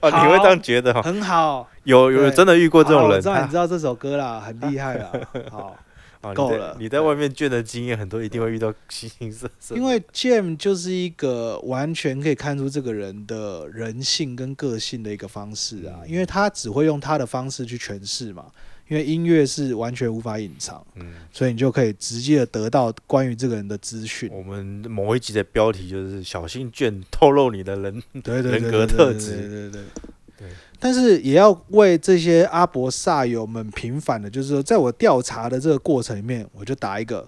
哦，你会这
好
样觉得哈？
很好，
有有
对
真的遇过这
好
种
我
人，啊
知道你
他
知道这首歌啦，很厉 害啦，好。
哦你
够
在
了
你在外面卷的经验很多，一定会遇到形形色色的。
因为 Jam 就是一个完全可以看出这个人的人性跟个性的一个方式啊，
嗯
因为他只会用他的方式去诠释嘛，因为音乐是完全无法隐藏，
嗯，
所以你就可以直接的得到关于这个人的资讯。
我们某一集的标题就是“小心卷透露你的人
对对对，
人格
对
特
对
质
对对对
对
但是也要为这些阿伯萨友们平反的，就是说，在我调查的这个过程里面，我就打一个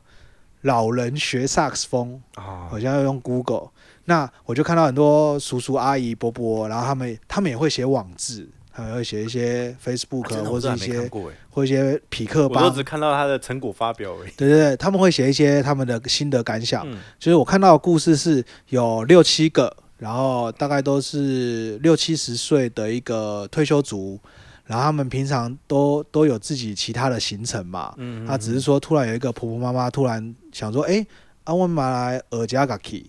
老人学萨克斯风，
啊
好像要用 Google，那我就看到很多叔叔阿姨伯伯，然后他们他们也会写网志，他们会写一些 Facebook、或者一些
过哎，
或一些匹克
我都
帮
只，看到他的成果发表而已。
对对对，他们会写一些他们的心得感想。
嗯
就是我看到的故事是有六七个，然后大概都是六七十岁的一个退休族，然后他们平常都都有自己其他的行程嘛，
嗯
他只是说，突然有一个婆婆妈妈突然想说，哎、阿文马来尔加嘎 k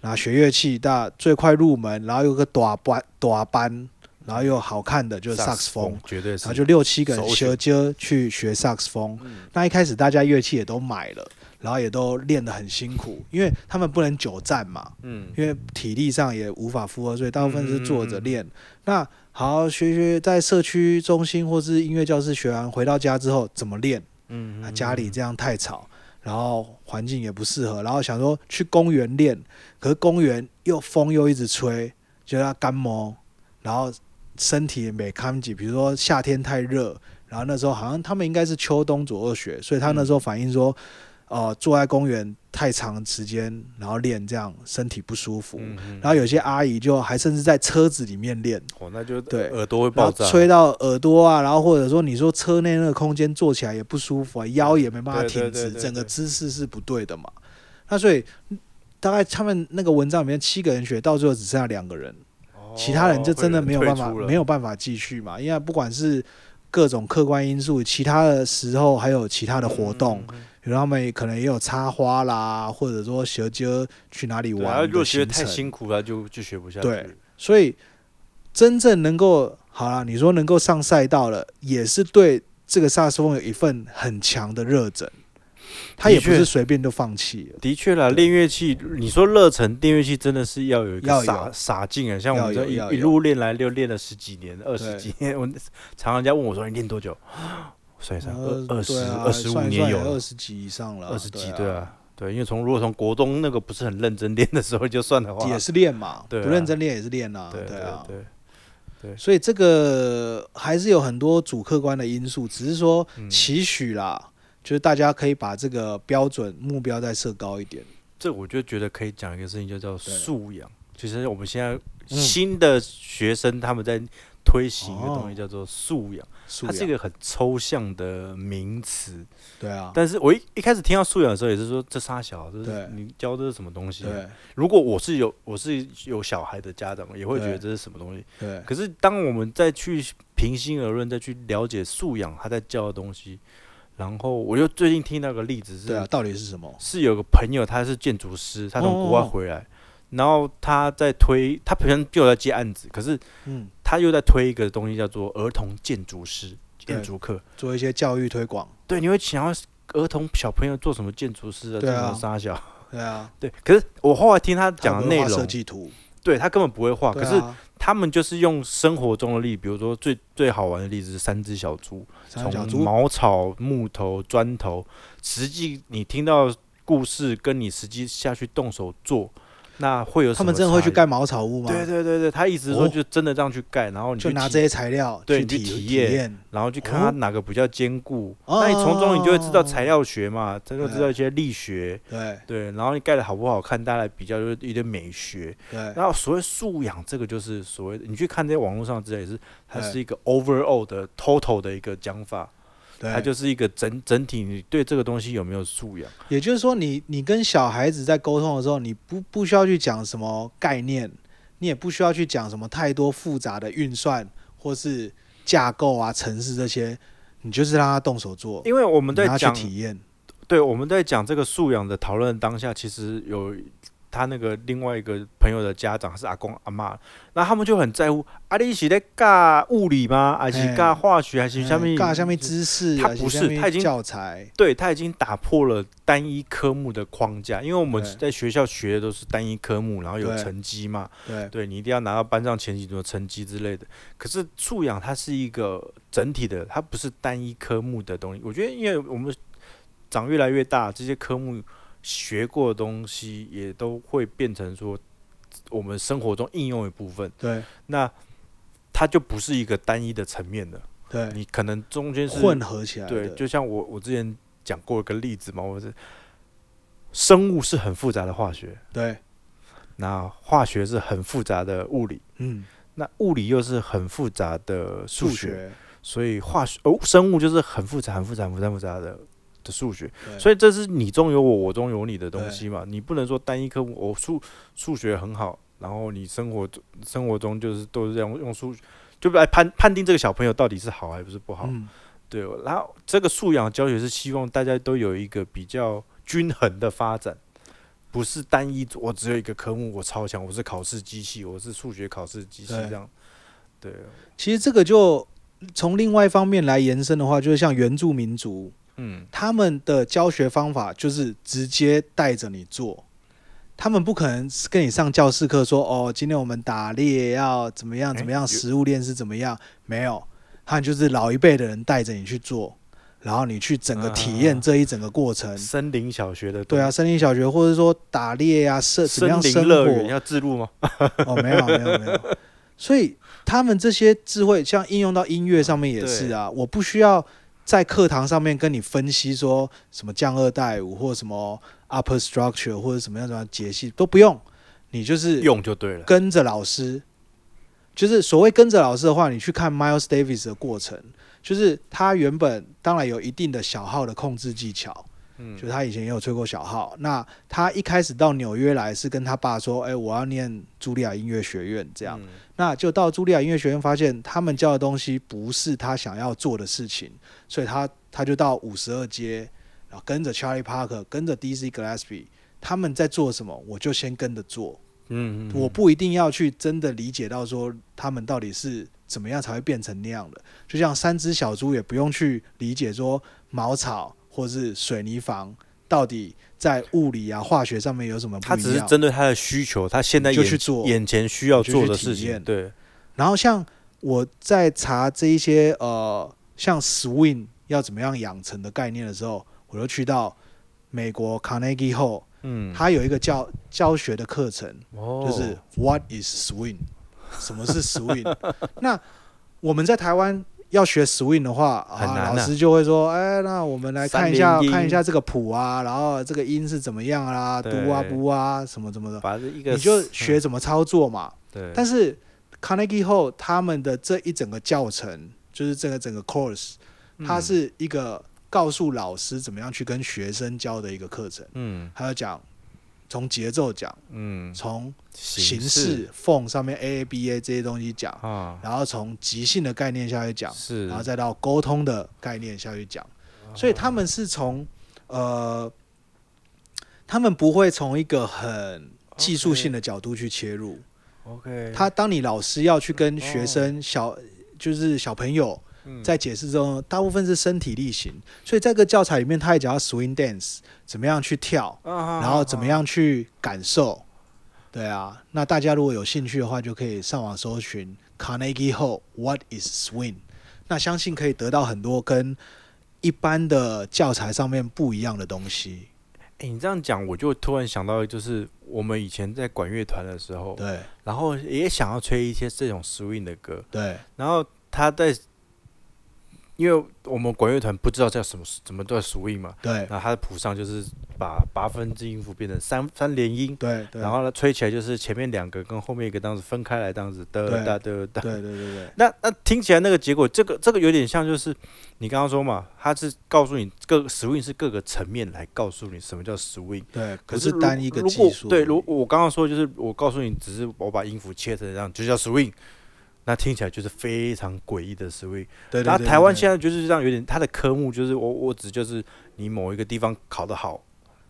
然后学乐器，大最快入门，然后有个短班短班，然后又好看的就是萨克斯风，
绝对
然
是。
后就六七个人
首
学
选
接去学萨克斯风。
嗯
那一开始大家乐器也都买了，然后也都练得很辛苦，因为他们不能久站嘛，
嗯
因为体力上也无法负荷，所以大部分是坐
嗯嗯嗯
着
嗯
练。那好，学学在社区中心或是音乐教室学完，回到家之后怎么练？
嗯
啊，家里这样太吵，然后环境也不适合，然后想说去公园练，可是公园又风又一直吹，觉得干毛，然后身体也没康紧，比如说夏天太热，然后那时候好像他们应该是秋冬左右学，所以他
嗯
那时候反映说，呃，坐在公园太长时间，然后练这样身体不舒服，
嗯嗯
然后有些阿姨就还甚至在车子里面练。
哦，那就
对
耳朵会
然
爆
后
炸，
吹到耳朵啊，然后或者说你说车内那个空间坐起来也不舒服啊，腰也没办法
对对
挺
对
直，
对
整个
对
姿势是不对的嘛。那所以嗯大概他们那个文章里面七个人学，到最后只剩下两个人，
哦
其他人就真的没有办法
退出了
没有办法继续嘛，因为不管是各种客观因素，其他的时候还有其他的活动，
嗯嗯嗯
比如他们可能也有插花啦，或者说学究去哪里
对啊
玩
如果
的
学
行
得太
程。
辛苦了，就就学不下去。
对所以真正能够好啦，你说能够上赛道了，也是对这个萨克斯风有一份很强的热忱，他也
的
不
确
是随便就放弃啊了。
的确啦，练乐器，你说热忱练乐器真的是要有一
要
个
有
傻傻劲啊！像我们
要
这
有要
一一
有
路练来，就练了十几年、二
对
十几年。我 常常人家问我说：“你练多久？”我算一算，
呃
二二十
对啊
二十五
算一
年
算
有
也二
了，
十几以上了，
二十几
对
对啊，对，因为从如果从国中那个不是很认真练的时候就算的话，
也是练嘛，
对啊
不认真练也是练啊，
对对
啊。
对，
所以这个还是有很多主客观的因素，只是说
嗯
期许啦，就是大家可以把这个标准目标再设高一点。
这我就觉得可以讲一个事情，就叫
对
素养。其实我们现在
嗯
新的学生他们在推行一个东
哦
西叫做素养，
素
它是一
养，
个很抽象的名词。
对啊，
但是我一一开始听到素养的时候，也是说这仨小，这
对
是你教这是什么东西啊、
对
如果我是有我是有小孩的家长，也会觉
对
得这是什么东西。
对
可是当我们再去平心而论，再去了解素养他在教的东西，然后我又最近听到个例子是，
对啊，到底是什么？
是有个朋友他是建筑师，他从国外
哦哦哦
回来，然后他在推，他平常就有在接案子，可是
嗯，
他又在推一个东西叫做儿童建筑师
对
建筑课。
做一些教育推广，
对，你会想要儿童小朋友做什么建筑师啊，
对
做
啊
什么沙小？
对啊，
对，可是我后来听他讲的
他
内
们画
容
设，计图，
对他根本不会画，
对
可是
啊
他们就是用生活中的例，比如说最最好玩的例子是三只小猪，
三角
从
猪，
茅草、木头、砖头，实际你听到故事，跟你实际下去动手做，那会有什
他
么
们真的会
差
去
异
盖？茅草屋吗？
对对对对，他一直说
哦
就真的这样去盖，然后你
就
去
拿
体
这些材料
对
去
你去
体
体
体
验
验，
然后去看它
哦
哪个比较坚固。
哦
那你从中你就会知道材料学嘛，这就
对
知道一些力学，
对
对，然后你盖的好不好看，大家来比较就是一些美学。
对
然后所谓素养，这个就是所谓的你去看这些网络上的资料，也是它
对
是一个 overall 的 total 的一个讲法，
对，
它就是一个整整体，你对这个东西有没有素养？
也就是说你，你跟小孩子在沟通的时候，你不不需要去讲什么概念，你也不需要去讲什么太多复杂的运算或是架构啊、程式这些，你就是让他动手做，
因为我
我
们在讲
去体验。
对，我们在讲这个素养的讨论当下，其实有他那个另外一个朋友的家长是阿公阿妈，那他们就很在乎，啊，你是在教物理吗？还是
嘿
教化学？还是下面？
尬哎下面知识，
他
还
不是
下面
他已经
教材，
对他已经打破了单一科目的框架，因为我们
对
在学校学的都是单一科目，然后有
对
成绩嘛，
对
对你一定要拿到班上前几名的成绩之类的。可是素养它是一个整体的，它不是单一科目的东西。我觉得，因为我们长越来越大，这些科目学过的东西也都会变成说我们生活中应用一部分。
对
那它就不是一个单一的层面的，
对，
你可能中间是
混合起来呃的，
对，就像我我之前讲过一个例子嘛，我是生物是很复杂的化学，
对，
那化学是很复杂的物理。
嗯，
那物理又是很复杂的数
数
学，
学，
所以化学哦，生物就是很复杂、很复杂、很复杂、很复杂的的数学。
对
所以这是你中有我，我中有你的东西嘛。你不能说单一科目，我、数数学很好，然后你生活中生活中就是都是这样用数，就来判判定这个小朋友到底是好还不是不好。
嗯，
对，然后这个素养教学是希望大家都有一个比较均衡的发展，不是单一我只有一个科目我超强，我是考试机器，我是数学考试机器
对
这样。对，
其实这个就从另外一方面来延伸的话，就是像原住民族，
嗯，
他们的教学方法就是直接带着你做，他们不可能跟你上教室课说哦，今天我们打猎要怎么样
诶
怎么样，
有
食物链是怎么样，没有，他们就是老一辈的人带着你去做，然后你去整个体验
啊
这一整个过程。
森林小学的
嗯对啊，，森林小学或者说打猎啊，生怎
森
么样生
林乐园
活？
要自录吗？
哦，没有没有没有，所以他们这些智慧，像应用到音乐上面也是啊，我不需要在课堂上面跟你分析说什么降二代五或什么 upper structure 或者什么样怎么样解析都不用，你就是
用就对了。
跟着老师。就是所谓跟着老师的话，你去看 Miles Davis 的过程，就是他原本当然有一定的小号的控制技巧，
嗯
就，他以前也有吹过小号。那他一开始到纽约来是跟他爸说：“哎、我要念茱莉亚音乐学院。”这样，
嗯
那就到茱莉亚音乐学院，发现他们教的东西不是他想要做的事情，所以他他就到五十二街，然后跟着 Charlie Parker，跟着 DC Gillespie，他们在做什么，我就先跟着做。
嗯，嗯
我不一定要去真的理解到说他们到底是怎么样才会变成那样的。就像三只小猪也不用去理解说茅草或是水泥房到底在物理啊、化学上面有什么
他
不
只
一
是
样？
针对他的需求，他现在
你就
眼
去做
眼前需要
你就去
做的事
体验
情，对，
然后像我在查这一些呃，像 swing 要怎么样养成的概念的时候，我就去到美国 Carnegie Hall，
嗯，
它有一个教教学的课程，
哦
就是 What is swing？什么 是 swing？那我们在台湾要学 swing 的话，
很难
啊，
啊
老师就会说，哎，那我们来看一下
三连音
看一下这个谱啊，然后这个音是怎么样啊，嘟
对
啊不啊，什么什么的，
把这一个
你就
嗯
学怎么操作嘛。
对，
但是 Carnegie Hall 他们的这一整个教程，就是这个整个 course，它
嗯
是一个告诉老师怎么样去跟学生教的一个课程，
嗯
还有讲从节奏讲，
嗯
从
形
形式、缝上面 A A B A 这些东西讲，
啊，
然后从即兴的概念下去讲，
是
然后再到沟通的概念下去讲，所以他们是从呃，他们不会从一个很技术
OK
性的角度去切入。
OK，
他当你老师要去跟学生小、就是小朋友在解释中，大部分是身体力行，所以在这个教材里面，他也讲到 swing dance 怎么样去跳，
然
然后怎么样去感受。对啊，那大家如果有兴趣的话，就可以上网搜寻 Carnegie Hall What is swing，那相信可以得到很多跟一般的教材上面不一样的东西。
哎、你这样讲，我就突然想到，就是我们以前在管乐团的时候，
对
然后也想要吹一些这种 swing 的歌，
对
然后他在，因为我们管乐团不知道叫什么怎么叫 swing 嘛，
对
那他的谱上就是把八分之音符变成三三连音，
对对，
然后呢吹起来就是前面两个跟后面一个这样子分开来，这样子的
对
哒的哒。
对对对对
那那听起来那个结果，这个这个有点像就是你刚刚说嘛，他是告诉你各 swing 是各个层面来告诉你什么叫 swing。
对，
可
不是
如
单一个
如
技
果
术而已。
对，如我刚刚说的就是我告诉你，只是我把音符切成这样，就叫 swing。那听起来就是非常诡异的 swing。
对对
然
对
后台湾现
在
在就是这样，有点它的科目就是我我只就是你某一个地方考得好，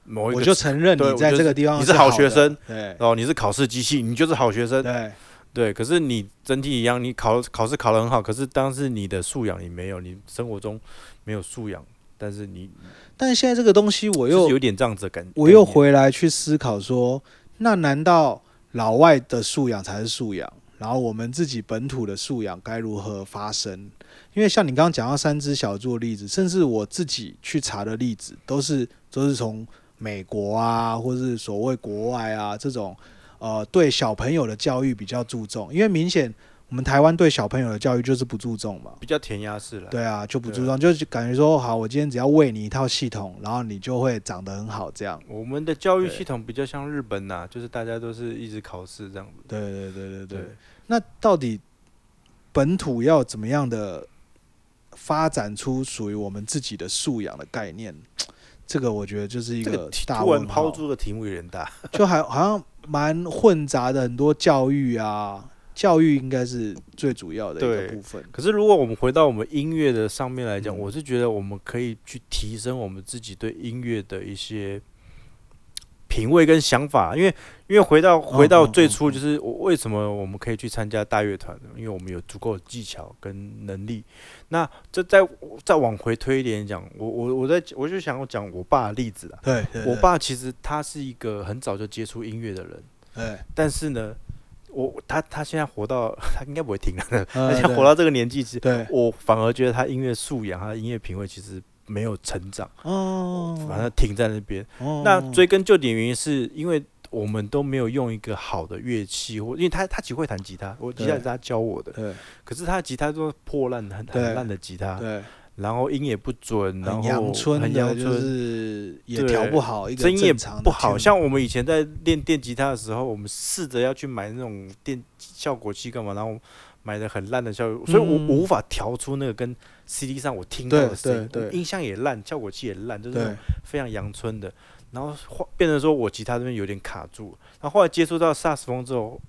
某一
我
个
就承认
对
你
我
在
就
这
是
个地方
你是
是好
好学
的
生，
对
哦你是考试机器，你就是好学生。
对
对，可是你整体一样，你考考试考得很好，可是当时你的素养你没有，你生活中没有素养，但是你
但是现在这个东西，我
我
又
有点这样子的感，
我
概
又
念
回来去思考说，那难道老外的素养才是素养？然后我们自己本土的素养该如何发生？因为像你刚刚讲到三只小猪的例子，甚至我自己去查的例子，都是都是从美国啊，或是所谓国外啊这种，呃，对小朋友的教育比较注重。因为明显我们台湾对小朋友的教育就是不注重嘛，
比较填鸭式了。
对啊，就不
对
注
啊
重，就是感觉说好，我今天只要喂你一套系统，然后你就会长得很好这样。
我们的教育
对
系统比较像日本呐、就是大家都是一直考试这样子。
对对对对对。那到底本土要怎么样的发展出属于我们自己的素养的概念？这个我觉得就是一
这个
个
题
大
突然
问
抛
号，
出的题目有点大。
就还好像蛮混杂的，很多教育啊，教育应该是最主要的一
对
个部分。
可是如果我们回到我们音乐的上面来讲，
嗯
我是觉得我们可以去提升我们自己对音乐的一些品味跟想法，因为因为回到回到
嗯嗯
最
嗯
初，
嗯
就是我为什么我们可以去参加大乐团，因为我们有足够的技巧跟能力。那这再再往回推一点讲，我我我在我就想要讲我爸的例子啦。
对，对
我，爸其实他是一个很早就接触音乐的人，
对，
但是呢，我他他现在活到 他应该不会停了，
呃
而且活到这个年纪，其实
对，
我反而觉得他音乐素养、他的音乐品味其实没有成长，
哦，
反正停在那边。
哦
那追根究底的原因是因为我们都没有用一个好的乐器，或因为他他只会弹吉他，我吉他
对
是他教我的，
对
可是他的吉他都是破烂、很
对
很烂的吉他，
对，
然后音也不准，啊然
很
后
阳春
很
的，
阳
就
春。
是也
对
调不好一个
声音也
正常的
不好
tune
像我们以前在练电吉他的时候，我们试着要去买那种电效果器干嘛，然后买的很烂的效果，所以我、
嗯
我无法调出那个跟 CD 上我听到的
对
声音，
对对
音箱也烂，效果器也烂，就是那
对
种非常阳春的。然后后变成说我吉他这边有点卡住，然后后来接触到萨克斯风之后，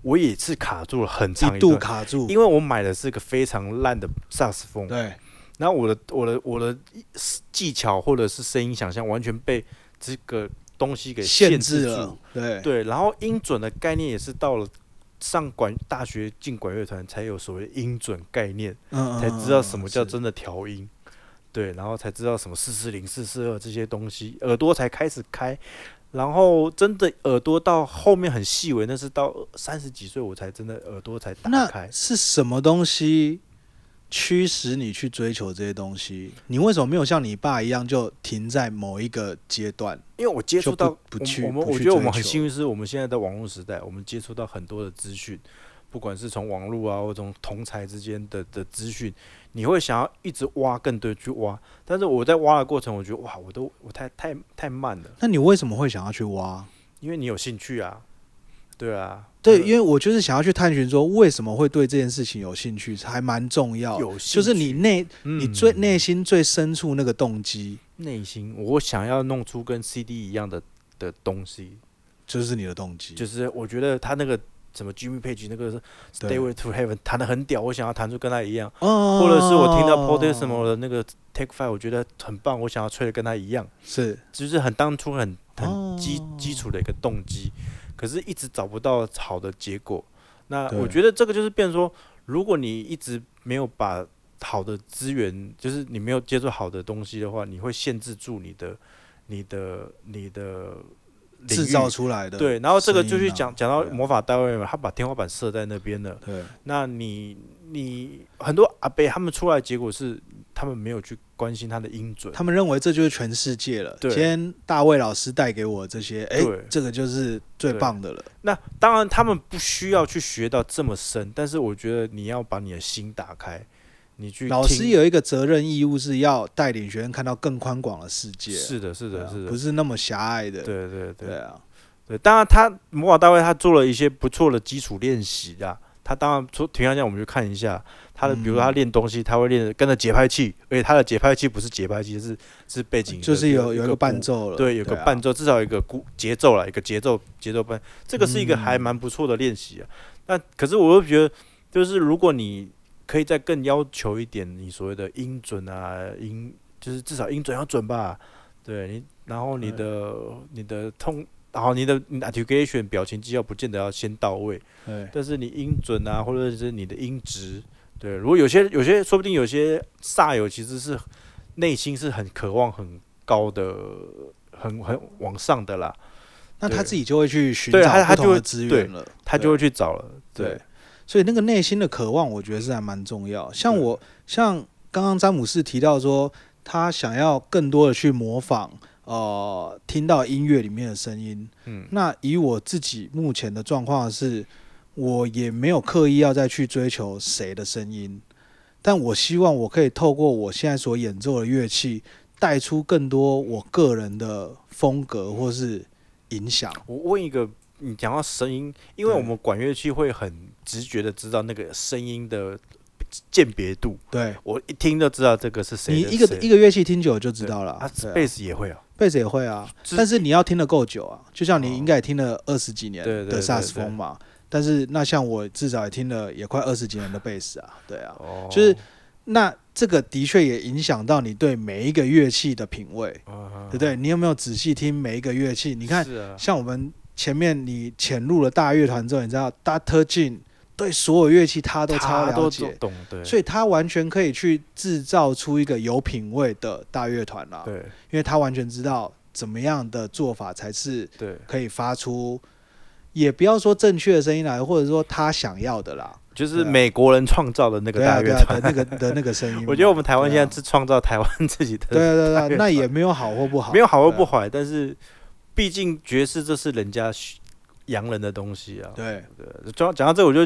我也是卡住了很长
一
段
度，卡住，
因为我买的是个非常烂的萨克斯风，
对
然后我的我的我的技巧或者是声音想象完全被这个东西给
限
制
制
住
了，对
对，然后音准的概念也是到了上管大学进管乐团才有所谓音准概念，
嗯嗯
才知道什么叫
真
真的调音。对，然后才知道什么四四零、四四二这些东西，耳朵才开始开，然后真的耳朵到后面很细微，那是到三十几岁我才真的耳朵才打开
那。是什么东西驱使你去追求这些东西？你为什么没有像你爸一样就停在某一个阶段？
因为我接触到
就不不
我们
去
我们
不去
我觉得我们
追
很
求
幸运，是我们现在的网络时代，我们接触到很多的资讯，不管是从网络啊，或从同才之间的的资讯，你会想要一直挖更多去挖。但是我在挖的过程，我觉得哇，我都我太太太慢了，
那你为什么会想要去挖？
因为你有兴趣啊，对啊，
对，
就是
因为我就是想要去探寻说为什么会对这件事情有兴趣，还蛮重要的。
有兴
哦就是你
趣
内你最
嗯
内心最深处那个动机，
内心，我想要弄出跟 CD 一样的的东西，
就是你的动机。
就是我觉得他那个什么 Jimmy Page 那个
对
Stairway to Heaven 弹的很屌，我想要弹出跟他一样，
哦
或者是我听到 p o d e s m o 的那个 Take Five，我觉得很棒，我想要吹的跟他一样，
是
就是很当初很
哦
很基基础的一个动机，可是一直找不到好的结果。那
对
我觉得这个就是变成说，如果你一直没有把好的资源，就是你没有接触好的东西的话，你会限制住你的、你的、你的领域
制造出来的。
对。然后这个就
声
去
音啊
讲讲到
对啊
魔法单位嘛，他把天花板设在那边了。
对，
那你你很多阿伯他们出来的结果是他们没有去关心他的音准，
他们认为这就是全世界了。
对
今天大卫老师带给我这些，哎
对，
这个就是最
对
棒的了。
那当然他们不需要去学到这么深，但是我觉得你要把你的心打开，你去
老师
听
有一个责任义务是要带领学生看到更宽广的世界，
是的，是
对
的，
啊
是的，
不是那么狭隘的。
对对
对
对
啊，
对，当然他魔法大卫他做了一些不错的基础练习啊。他当然说，平常讲我们去看一下他的，比
嗯
如说他练东西，他会练得跟着节拍器，而且他的节拍器不是节拍器，是是背景的，
就是有有一
一
个
鼓
伴奏了，
对，有个
啊
伴奏，至少有一个鼓节奏了，一个节奏节奏伴，这个是一个还蛮不错的练习啊。那可是我又觉得，就是如果你可以再更要求一点，你所谓的音准啊，音就是至少音准要准吧，对你，然后你
对
的你的痛。然后你的你的 articulation 表情技巧不见得要先到位，
对
但是你音准啊，或者是你的音质，对，如果有些有些说不定有些煞友其实是内心是很渴望很高的，很很往上的啦，
那他
对
自己就会去寻
对他
找
他
不
就
同的
会
资
对
源了，
他就会去找了。
对。
对
对，所以那个内心的渴望，我觉得是还蛮重要。像
对
我，像刚刚詹姆斯提到说，他想要更多的去模仿，呃，听到音乐里面的声音。
嗯，
那以我自己目前的状况是，我也没有刻意要再去追求谁的声音，但我希望我可以透过我现在所演奏的乐器，带出更多我个人的风格或是影响。
我问一个，你讲到声音，因为
对
我们管乐器会很直觉的知道那个声音的鉴别度，
对
我一听就知道这个是谁
你
的
一个
谁
一个乐器听久了就知道了
啊
啊，对啊
，space 也会啊，
贝斯也会啊，
是
但是你要听的够久啊，就像你
哦
应该也听了二十几年
对对
的
对
萨克斯风嘛，但是那像我至少也听了也快二十几年的贝斯啊，对啊，
哦，
就是那这个的确也影响到你对每一个乐器的品味，
啊
对不对？你有没有仔细听每一个乐器？你看，
是啊，
像我们前面你潜入了大乐团之后，你知道大特进对所有乐器他都超
他都懂
了解，
懂，对，
所以他完全可以去制造出一个有品味的大乐团啊啦、
对
因为他完全知道怎么样的做法才是
对，
可以发出，也不要说正确的声音来，或者说他想要的啦。
就是
对啊
美国人创造的那个
对啊，
大
对
乐
啊，
团。
的那个的那个声音嘛。
我觉得我们台湾现
对啊
在是创造台湾自己
对
的，
啊对啊
大
对
乐
啊，那也没有好或不好，
没有好或不
好。
好，但是毕竟爵士这是人家学洋人的东西啊。
对，
对，讲讲到这，我就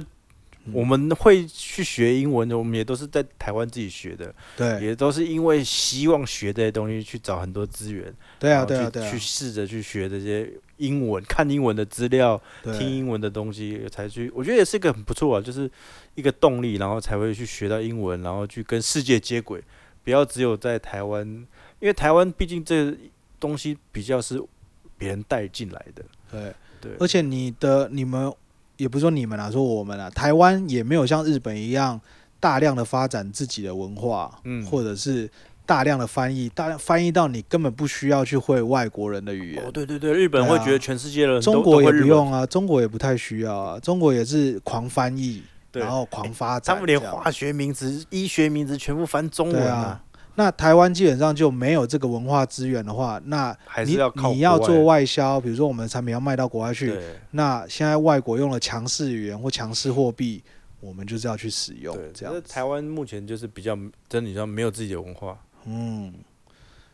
嗯
我们会去学英文的，我们也都是在台湾自己学的，
对，
也都是因为希望学这些东西，去找很多资源，
对
然
啊，
后
对啊，
去
对啊
去，试着去学这些英文，看英文的资料，
对
听英文的东西才去，我觉得也是一个很不错啊，就是一个动力，然后才会去学到英文，然后去跟世界接轨，不要只有在台湾，因为台湾毕竟这东西比较是别人带进来的，
对，
对，
而且你的你们也不是说你们啊，说我们啊，台湾也没有像日本一样大量的发展自己的文化，
嗯
或者是大量的翻译，大量翻译到你根本不需要去会外国人的语言
哦，。对对对，日本
对
会
啊
觉得全世界的人都
中国
都
也
会
不
日文
用啊，中国也不太需要啊，中国也是狂翻译，
对哎
然后狂发展这
他
样，
们连化学名词、医学名词全部翻中文
对啊。那台湾基本上就没有这个文化资源的话，那
还是
你
要靠
你要
国外
做外销，比如说我们的产品要卖到国外去，
对
那现在外国用了强势语言或强势货币，我们就是要去使用
对，
这
可
样
是
子。
台湾目前就是比较真理上没有自己的文化，
嗯，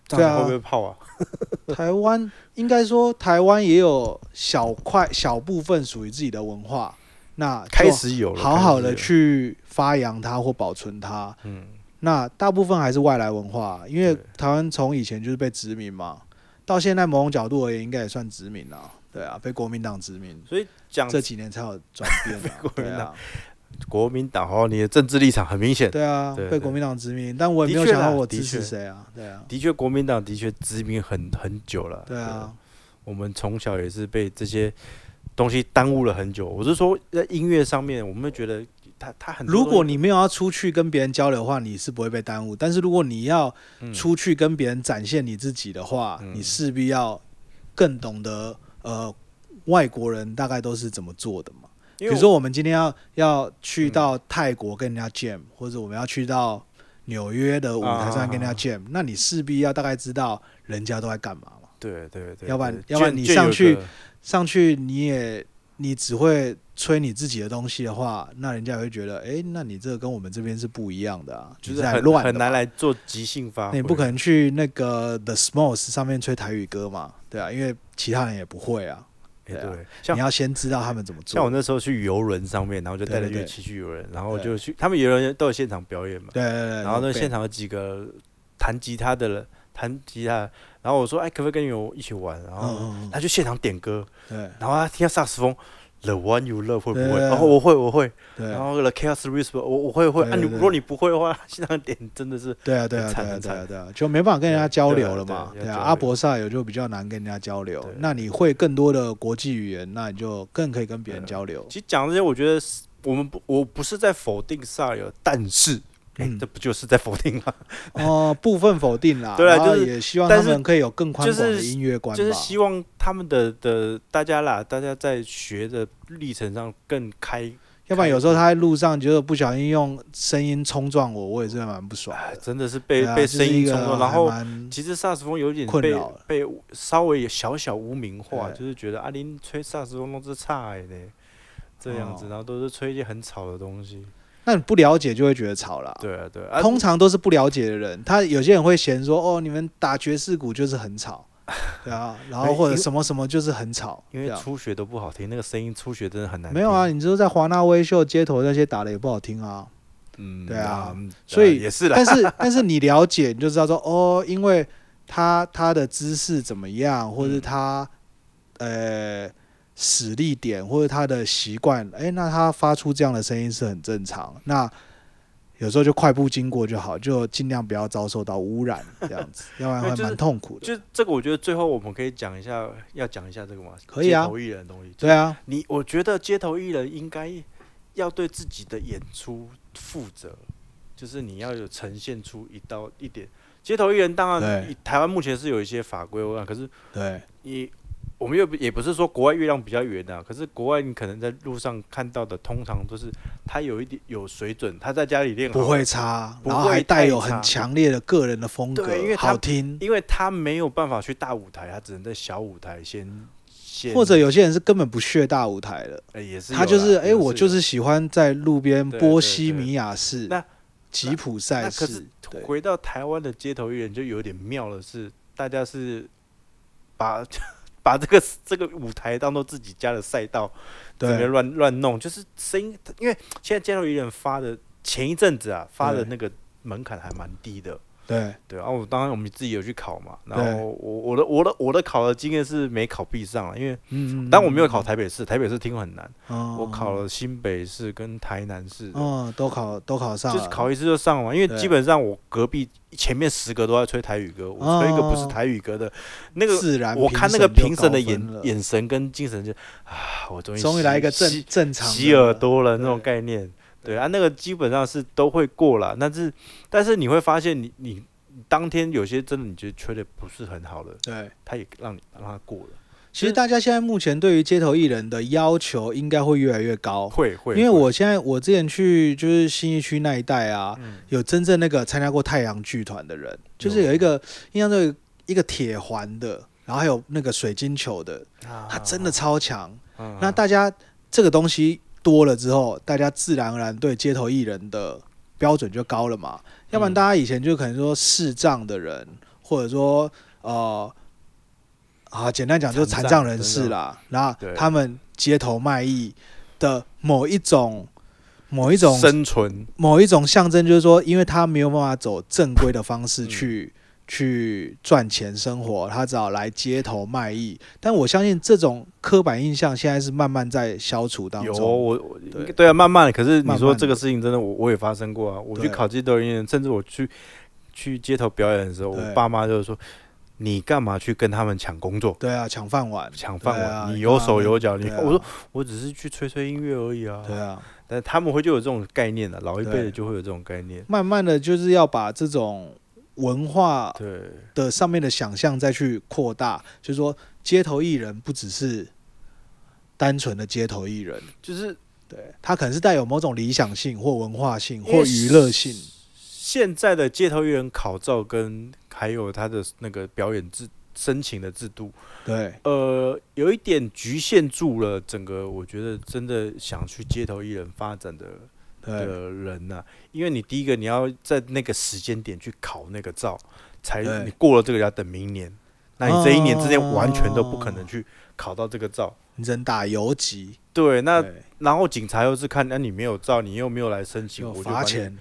这
对
样
啊
会不会泡啊？
台湾应该说台湾也有小块小部分属于自己的文化，那就
开始有了，
好好的
开始
去发扬它或保存它。
有了，嗯，
那大部分还是外来文化，啊因为
对
台湾从以前就是被殖民嘛，到现在某种角度而言，应该也算殖民了。对啊，被国民党殖民，
所以讲
这几年才有转变 啊
国民
对啊，
国民党哦，你的政治立场很明显，
对啊
对，
被
对
国民党殖民，但我也
的
没有
确
想到
啦
我
的
支持
确
谁啊。对啊，
的确国民党的确殖民很很久了，
对啊，，
我们从小也是被这些东西耽误了很久。我是说，在音乐上面，我们会觉得他他很多
如果
东西
你没有要出去跟别人交流的话，你是不会被耽误。但是如果你要
嗯
出去跟别人展现你自己的话，
嗯
你势必要更懂得呃外国人大概都是怎么做的嘛。比
因为
如说我们今天要要
嗯
去到泰国跟人家 jam，或者我们要去到纽约的舞台上
啊
跟人家 jam，、那你势必要大概知道人家都在干嘛嘛。
对对对，
要不然
对
要不然
就
你
就
上
有
去
个
上去你也你只会吹你自己的东西的话，那人家也会觉得，哎、那你这个跟我们这边是不一样的啊，
就
你
是
在
很
乱的
很
嘛
难。来做即兴发
那
挥，
你不可能去那个 The Smalls 上面吹台语歌嘛，对啊，因为其他人也不会啊。
哎
对啊
对，像
你要先知道他们怎么
像我
做。
那时候去游轮上面，然后就带着
对对对
乐器去游轮，然后
对
就去他们游轮都有现场表演嘛，
对对对对。
然后呢
对
现场有几个弹吉他的人弹吉他，然后我说哎可不可以跟你我一起玩，然
嗯
后
嗯嗯，
他就现场点歌，
对
然后他听到萨克斯风。The one you love 会不
对
会？
对啊
然后我会，我会。
对啊
然后 The chaos whisper，我我会会。
对
啊，你
对对
如果你不会的话， 现场点真的是
对啊对啊
很
对
惨
啊
很
对啊
惨
对啊，就没办法跟人家交流了嘛。
对对
对
要
啊，
交流
阿伯萨有就比较难跟人家交流
对。
那你会更多的国际语言，那你就更可以跟别人
对
交流。
其实讲这些，我觉得是我们不，我不是在否定萨友，但是，哎、
嗯
这不就是在否定吗？
哦，部分否定啦，
对啊
然后
就是
也希望他
但是
们可以有更宽
就
广的
是
音乐观吧。
就是希望他们的的大家啦，大家在学的历程上更开，
要不然有时候他在路上觉得不小心用声音冲撞我，我也是蛮不爽
哎
的。
真的是被、
对啊
被
就是
声音
一个
冲撞，
还
然后。
蛮
其实萨克斯风有点
困
被
扰了
被稍微小小污名化，
对
就是觉得阿林、您吹萨克斯风都是差的呢，这样子，
哦
然后都是吹一些很吵的东西。
那你不了解就会觉得吵啦。
对啊，对啊，
通常都是不了解的人，他有些人会嫌说哦，你们打爵士鼓就是很吵，对啊，然后或者什么什么就是很吵，
因为
这样
初学都不好听，那个声音初学真的很难。
没有啊，，你就在华纳威秀街头那些打的也不好听啊。
嗯，
对啊
嗯
所以
呃也是啦，
但是 但是你了解，你就知道说哦，因为他他的姿势怎么样，或者是
嗯
他、呃实力点，或者他的习惯，诶，那他发出这样的声音是很正常。那有时候就快步经过就好，就尽量不要遭受到 污染，这样子，要不然
对就
会
是
蛮痛苦的。
就这个，我觉得最后我们可以讲一下，要讲一下这个嘛，
可以啊
街头艺人的东西。
对啊，
你我觉得街头艺人应该要对自己的演出负责，就是你要有呈现出一道一点。街头艺人当然
对
以，台湾目前是有一些法规，我想，可是
对
你我们又不也不是说国外月亮比较圆的、啊，可是国外你可能在路上看到的，通常都是他有一点有水准，他在家里练好
不会差，
不
然后还
会
带
太
有
差
很强烈的个人的风格
对因为，他
好听。
因为他没有办法去大舞台，他只能在小舞台先先，
或者有些人是根本不屑大舞台的，
呃也是有啦
他就是哎、
也
我就
有
是喜欢在路边
对
波
对
西
对
米亚式、
那
吉普赛
那可
式
是，
对
回到台湾的街头艺人就有点妙的是，大家是把 把这个这个舞台当做自己家的赛道，这边
对
乱乱弄，就是声音，因为现在街头艺人发的前一阵子啊发的
对
那个门槛还蛮低的。
对
对啊，我当然我们自己有去考嘛，然
对
后我我的我的我的考的经验是没考必上了，啊因为
嗯，
但我没有考台北市，台北市听很难，
嗯，
我考了新北市跟台南市的，
嗯，都考都考上
就
了，
是考一次就上完，因
对
为基本上我隔壁前面十个都在吹台语歌，
哦
我吹一个不是台语歌的，那个
自然，
我看那个评审的眼
眼
眼神跟精神就啊，我终于
终于来一个
洗
正
洗
正常的
洗耳朵了
对
那种概念。对啊，那个基本上是都会过了，但是但是你会发现你，你当天有些真的你觉得吹的不是很好的，
对。
他也让你让他过了。
其实大家现在目前对于街头艺人的要求应该会越来越高，
会会，
因
会
为我现在我之前去就是新义区那一带啊，
嗯
有真正那个参加过太阳剧团的人，就是有一个印象中有一个铁环的，然后还有那个水晶球的，
啊
他真的超强。
嗯
那大家这个东西多了之后，大家自然而然对街头艺人的标准就高了嘛。
嗯
要不然大家以前就可能说视障的人，或者说呃啊，简单讲就是残
残
障
障
人士啦，那
对
他们街头卖艺的某一种。某一种
生存，
某一种象征，就是说，因为他没有办法走正规的方式去、去赚钱生活，他只好来街头卖艺。但我相信这种刻板印象现在是慢慢在消除当
有
中。
我我
对
对啊，慢慢的。可是你
慢慢
说
地
这个事情真的，我我也发生过啊。我去
对
考街头艺人，甚至我去去街头表演的时候，
对
我爸妈就是说：“你干嘛去跟他们抢工作、
对啊，抢饭碗，
抢饭
对啊
碗？你
你
有
干嘛
手有脚。”你
对啊
我说我只是去吹吹音乐而已啊。
对啊，
但是他们会就有这种概念的、啊，老一辈
对
的就会有这种概念。
慢慢的就是要把这种文化
对，
的上面的想象再去扩大，就是说街头艺人不只是单纯的街头艺人，
就是
对他可能是带有某种理想性或文化性
因
或
为
娱乐性。
现在的街头艺人考照跟还有他的那个表演制申请的制度，
对，
呃，有一点局限住了整个，我觉得真的想去街头艺人发展的
对，
的人呐、因为你第一个你要在那个时间点去考那个照，才
对
你过了这个要等明年，那你这一年之内
哦
完全都不可能去考到这个照。
你只能打游击。
对，那
对
然后警察又是看，那、啊你没有照，你又没有来申请，
有
我就
罚
把你。
钱、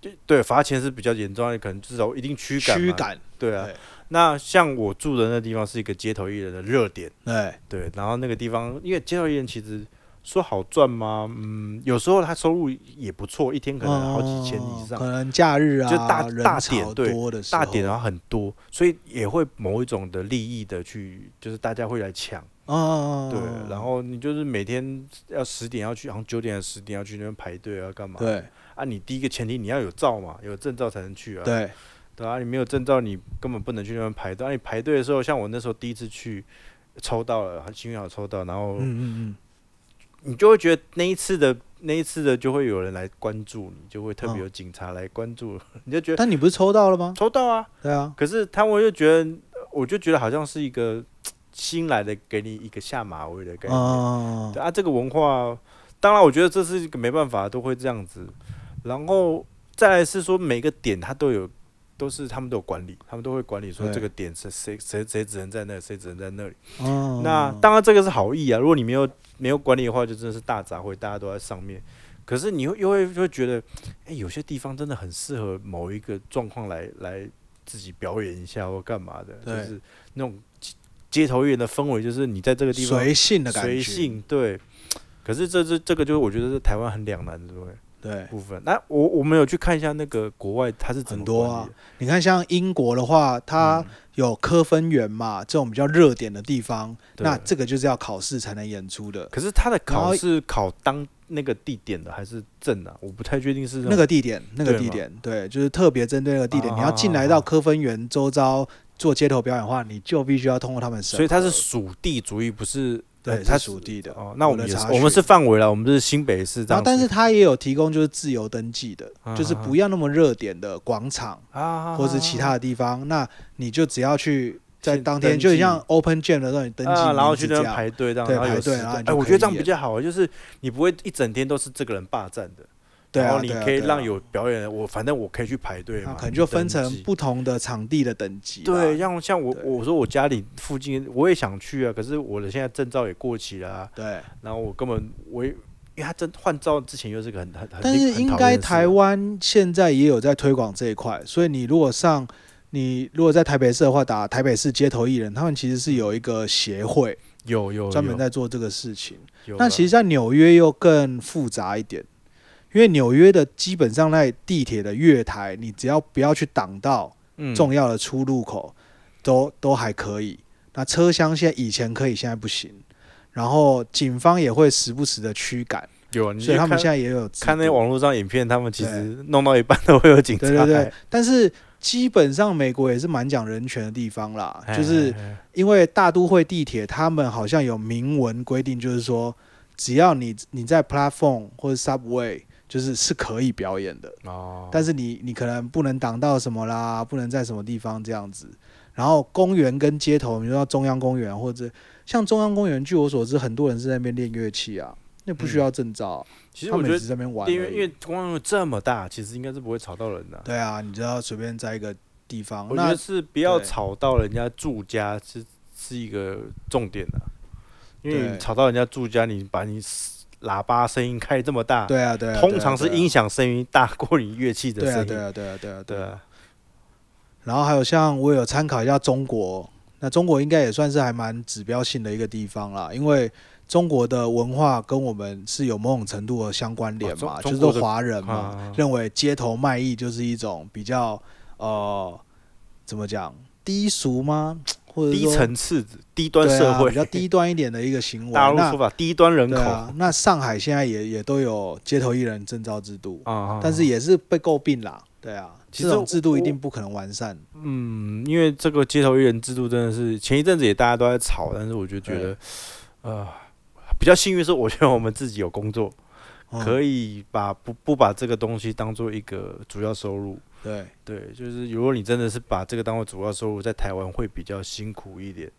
对对，罚钱是比较严重的，可能至少一定驱赶。
驱。赶，哎
对啊
对。
那像我住的那地方是一个街头艺人的热点。
对
对，然后那个地方，因为街头艺人其实说好赚吗？嗯，有时候他收入也不错，一天可能好几千以上，
哦可能假日啊，
就大
人
大
潮
点对
多的时候，
大点啊然后很多，所以也会某一种的利益的去，就是大家会来抢，
嗯，
对。然后你就是每天要十点要去，好像九点还是十点要去那边排队啊，干嘛？
哦对
啊，你第一个前提你要有照嘛，有证照才能去啊。
对
对啊，你没有证照，你根本不能去那边排队。啊、你排队的时候，像我那时候第一次去，抽到了，很幸运好抽到，然后
嗯嗯
你就会觉得那一次的那一次的就会有人来关注你，就会特
嗯
别有警察来关注，你就觉
嗯。
得
但你不是抽到了吗？
抽到啊。
对啊，
可是他们就觉得，我就觉得好像是一个新来的给你一个下马威的概念。
嗯，
对啊，这个文化，当然我觉得这是一个没办法，都会这样子。然后再来是说每个点它都有，都是他们都有管理，他们都会管理说
对
这个点是谁谁谁只能在那，谁只能在那里。
嗯
那当然这个是好意啊，如果你没有没有管理的话，就真的是大杂烩，大家都在上面。可是你又又会会觉得，哎、有些地方真的很适合某一个状况来来自己表演一下或干嘛的，
对
就是那种街街头艺人的氛围，就是你在这个地方
随性的感觉，
随性，对。可是这这这个就是我觉得是台湾很两难的部分
对。
部分。那我我们有去看一下那个国外它是怎么
很多啊
管理的嗯
你看，像英国的话，它有科分园嘛，这种比较热点的地方，
对
那这个就是要考试才能演出的
可是它的
然
考
后
是考当那个地点的还是证啊？我不太确定是
那
个
个地点，那个
对
地
吗
点，对，就是特别针对那个地点，
啊
你要进来到科分园周遭做街头表演的话，你就必须要通过他们审核，
所以它是属地主义，不是
对，
呃
它
它
属地的。
哦。那我们
的
也是
查，询
我们是，范围了，我们是新北市这
然
样子。
后但是它也有提供就是自由登记的，
啊
就是不要那么热点的广场
啊，
或是其他的地方，那你就只要去在
去
当天，
登
就很
记
像 Open Jam 的时候你登记名字这
啊，
样，
然后去那边排队这样，
对
然后有
排队
时
然后你
段
就
哎，我
可
觉得
以
这样比
演
较好，就是你不会一整天都是这个人霸占的。
对啊，
然后你
对啊
可以
对啊
让有表演，我反正我可以去排队
那
嘛，
可能就分
登
成
记
不同的场地的等级啦，
对，像像我
对
我说我家里附近我也想去啊，可是我的现在证照也过期了、啊，
对。
然后我根本我也因为他真换照之前又是个很很很
但是
很
应
讨
该
厌的事
台湾现在也有在推广这一块，所以你如果上，你如果在台北市的话，打台北市街头艺人，他们其实是有一个协会
有有
专门
哦有
在做这个事情。
有
那
了
其实，在纽约又更复杂一点，因为纽约的基本上在地铁的月台，你只要不要去挡到
嗯
重要的出入口，都都还可以。那车厢现在以前可以，现在不行。然后警方也会时不时的驱赶，
有啊，你
所以
去
他们
看
现在也有制
看那
度
网络上影片，他们其实弄到一半都会有警察
对对对
来，
但是基本上美国也是蛮讲人权的地方啦，
嘿
就是
嘿嘿
因为大都会地铁他们好像有明文规定，就是说只要你你在 platform 或者 subway，就是是可以表演的，
哦，
但是你你可能不能挡到什么啦，不能在什么地方这样子。然后公园跟街头，比如说中央公园或者像中央公园，据我所知，很多人是在那边练乐器啊，那不需要证照啊、
嗯其实
他
我
们
觉
只
得
是在那边玩而已。
因为因为光有这么大，其实应该是不会吵到人的、
对啊，你知道随便在一个地方，
我觉
那
得是不要
对
吵到人家住家是是一个重点的、因为
对
你吵到人家住家，你把你喇叭声音开这么大，
对啊对啊，
通常是音
响
响声音大过你乐器的
对
声
啊
音。
对啊对啊对啊对
对
啊。
啊
然后还有像我有参考一下中国，那中国应该也算是还蛮指标性的一个地方啦，因为中国的文化跟我们是有某种程度的相关联嘛，
哦中中
就是
国的
说华人嘛，
啊
认为街头卖艺就是一种比较呃怎么讲低俗吗？或者
低
说
层次、低端
对
社
啊
会、
比较低端一点的一个行为。
大陆
那
说法，低端人口
对啊，那上海现在也也都有街头艺人证照制度，
啊
但是也是被诟病啦。对啊，
其
这
实
种制度一
我
定不可能完善。
嗯，因为这个街头艺人制度真的是前一阵子也大家都在吵，但是我就觉得，呃，比较幸运是我觉得我们自己有工作，
嗯
可以把不不把这个东西当做一个主要收入。
嗯对，
对，就是如果你真的是把这个当做主要收入，在台湾会比较辛苦一点。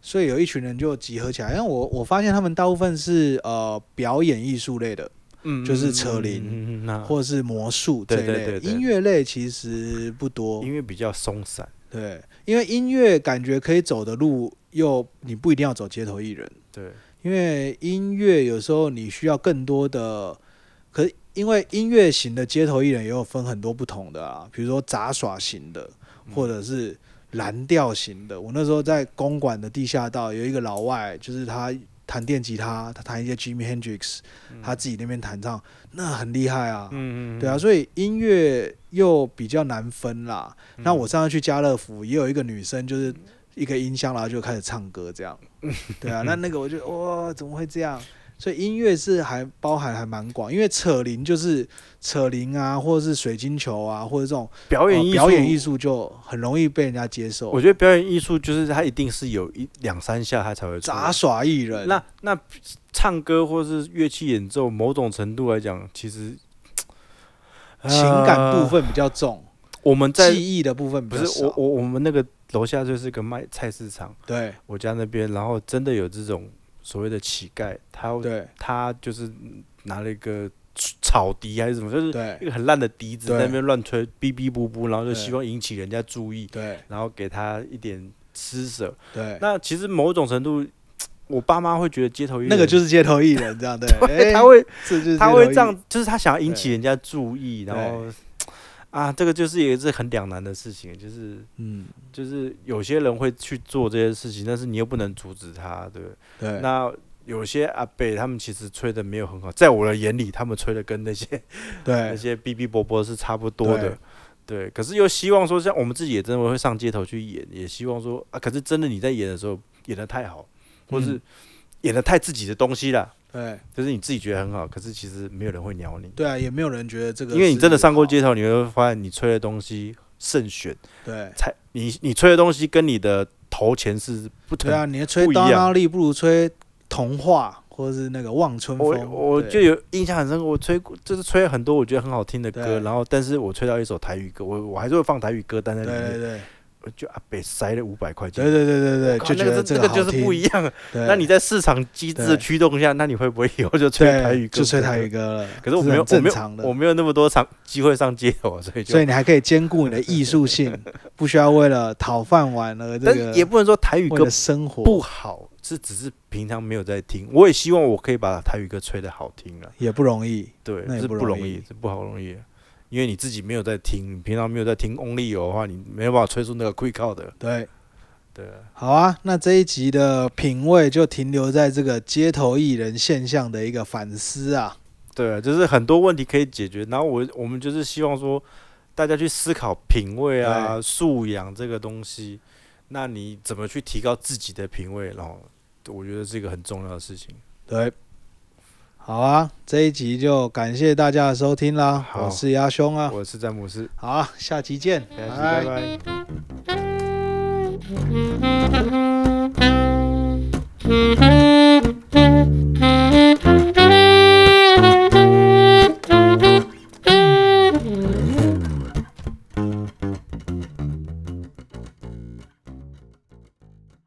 所以有一群人就集合起来。因为我我发现他们大部分是呃表演艺术类的，
嗯
就是扯铃
嗯嗯嗯嗯那
或者是魔术这
对
一类的。
对对对
音乐类其实不多
因，为比较松散。
对，因为音乐感觉可以走的路又你不一定要走街头艺人，
对，
因为音乐有时候你需要更多的，可是因为音乐型的街头艺人也有分很多不同的啊，比如说杂耍型的，
嗯
或者是蓝调型的。我那时候在公馆的地下道有一个老外，就是他弹电吉他，他弹一些 Jimi Hendrix，他自己那边弹唱，那很厉害啊。
嗯
对啊，，所以音乐又比较难分啦。
嗯
那我上次去家乐福，也有一个女生，就是一个音箱，然后就开始唱歌 这样。对啊，那那个我就哇、怎么会这样？所以音乐是还包含还蛮广，因为扯铃就是扯铃啊，或者是水晶球啊，或者这种
哦表演
呃
艺
表演艺
术，
术就很容易被人家接受
我。觉得表演艺术就是它一定是有一两三下它才会出来
杂耍艺人，
那那唱歌或是乐器演奏，某种程度来讲，其实
情感部
呃
分比较重，
我们在
记忆的部分比
不
较
是
少。
我我我们那个楼下就是个卖菜市场，
对
我家那边，然后真的有这种所谓的乞丐，他
对
他就是拿了一个草笛还是什么，就是
对
一个很烂的笛子
对
在那边乱吹，哔哔啵啵，然后就
对
希望引起人家注意，
对
然后给他一点施舍。
对，
那其实某种程度，我爸妈会觉得街头艺人
那个就是街头艺人这样对， 哎
他 会
这就是
他
街
会
头艺
这样，就是他想要引起人家注意，然后啊，这个就是也是很两难的事情，就是
嗯，
就是有些人会去做这些事情，但是你又不能阻止他，对不对。
对，
那有些阿贝他们其实吹的没有很好，在我的眼里，他们吹的跟那些那
对
些哔哔啵啵是差不多的。对，可是又希望说，像我们自己也真的会上街头去演，也希望说啊，可是真的你在演的时候演的太好，或是
嗯
演的太自己的东西了，
对
就是你自己觉得很好，可是其实没有人会鸟你。
对啊，也没有人觉得这个，
因为你真的上过，街头，你会发现你吹的东西慎选，
对
才你你吹的东西跟你的头前是不同。
对啊，你吹
不一
刀
样
拉力不如吹童话或者是那个望春
我
风，
我
对
就有印象很深刻，我吹过就是吹了很多我觉得很好听的歌，
对
然后但是我吹到一首台语歌，我我还是会放台语歌单在
对
里面，
对对
我就阿北塞了五百块钱，
对对对对对，
靠
就觉
那
得
个是
这
那个
好
就是不一
听，
样。啊
对
那你在市场机制
对
的驱动下，那你会不会以后就吹
对
台语歌？
就吹台语。歌了，
可是我
这
没有，
很
我没
正常
有，我
的。
没有那么多场机会上街头，所以就
所以你还可以兼顾你的艺术 性，不需要为了讨饭碗而这
但
个
也不能说台语
为
歌
了生活
不好，是只是平常没有在听。我也希望我可以把台语歌吹得好听了，
也不容易，
对
那，也
是
不
不
容
容
易
易，是不好容易的，因为你自己没有在听，你平常没有在听 Only 有的话，你没有办法吹出那个 quick out 的，
对。
对啊，
好啊，那这一集的品味就停留在这个街头艺人现象的一个反思啊。
对啊，就是很多问题可以解决。然后我我们就是希望说，大家去思考品味啊、素养这个东西，那你怎么去提高自己的品味？然后我觉得是一个很重要的事情。
对，好啊，这一集就感谢大家的收听啦，
好
我是鸭兄啊，
我是詹姆斯，
好啊，下期见，
下期拜拜。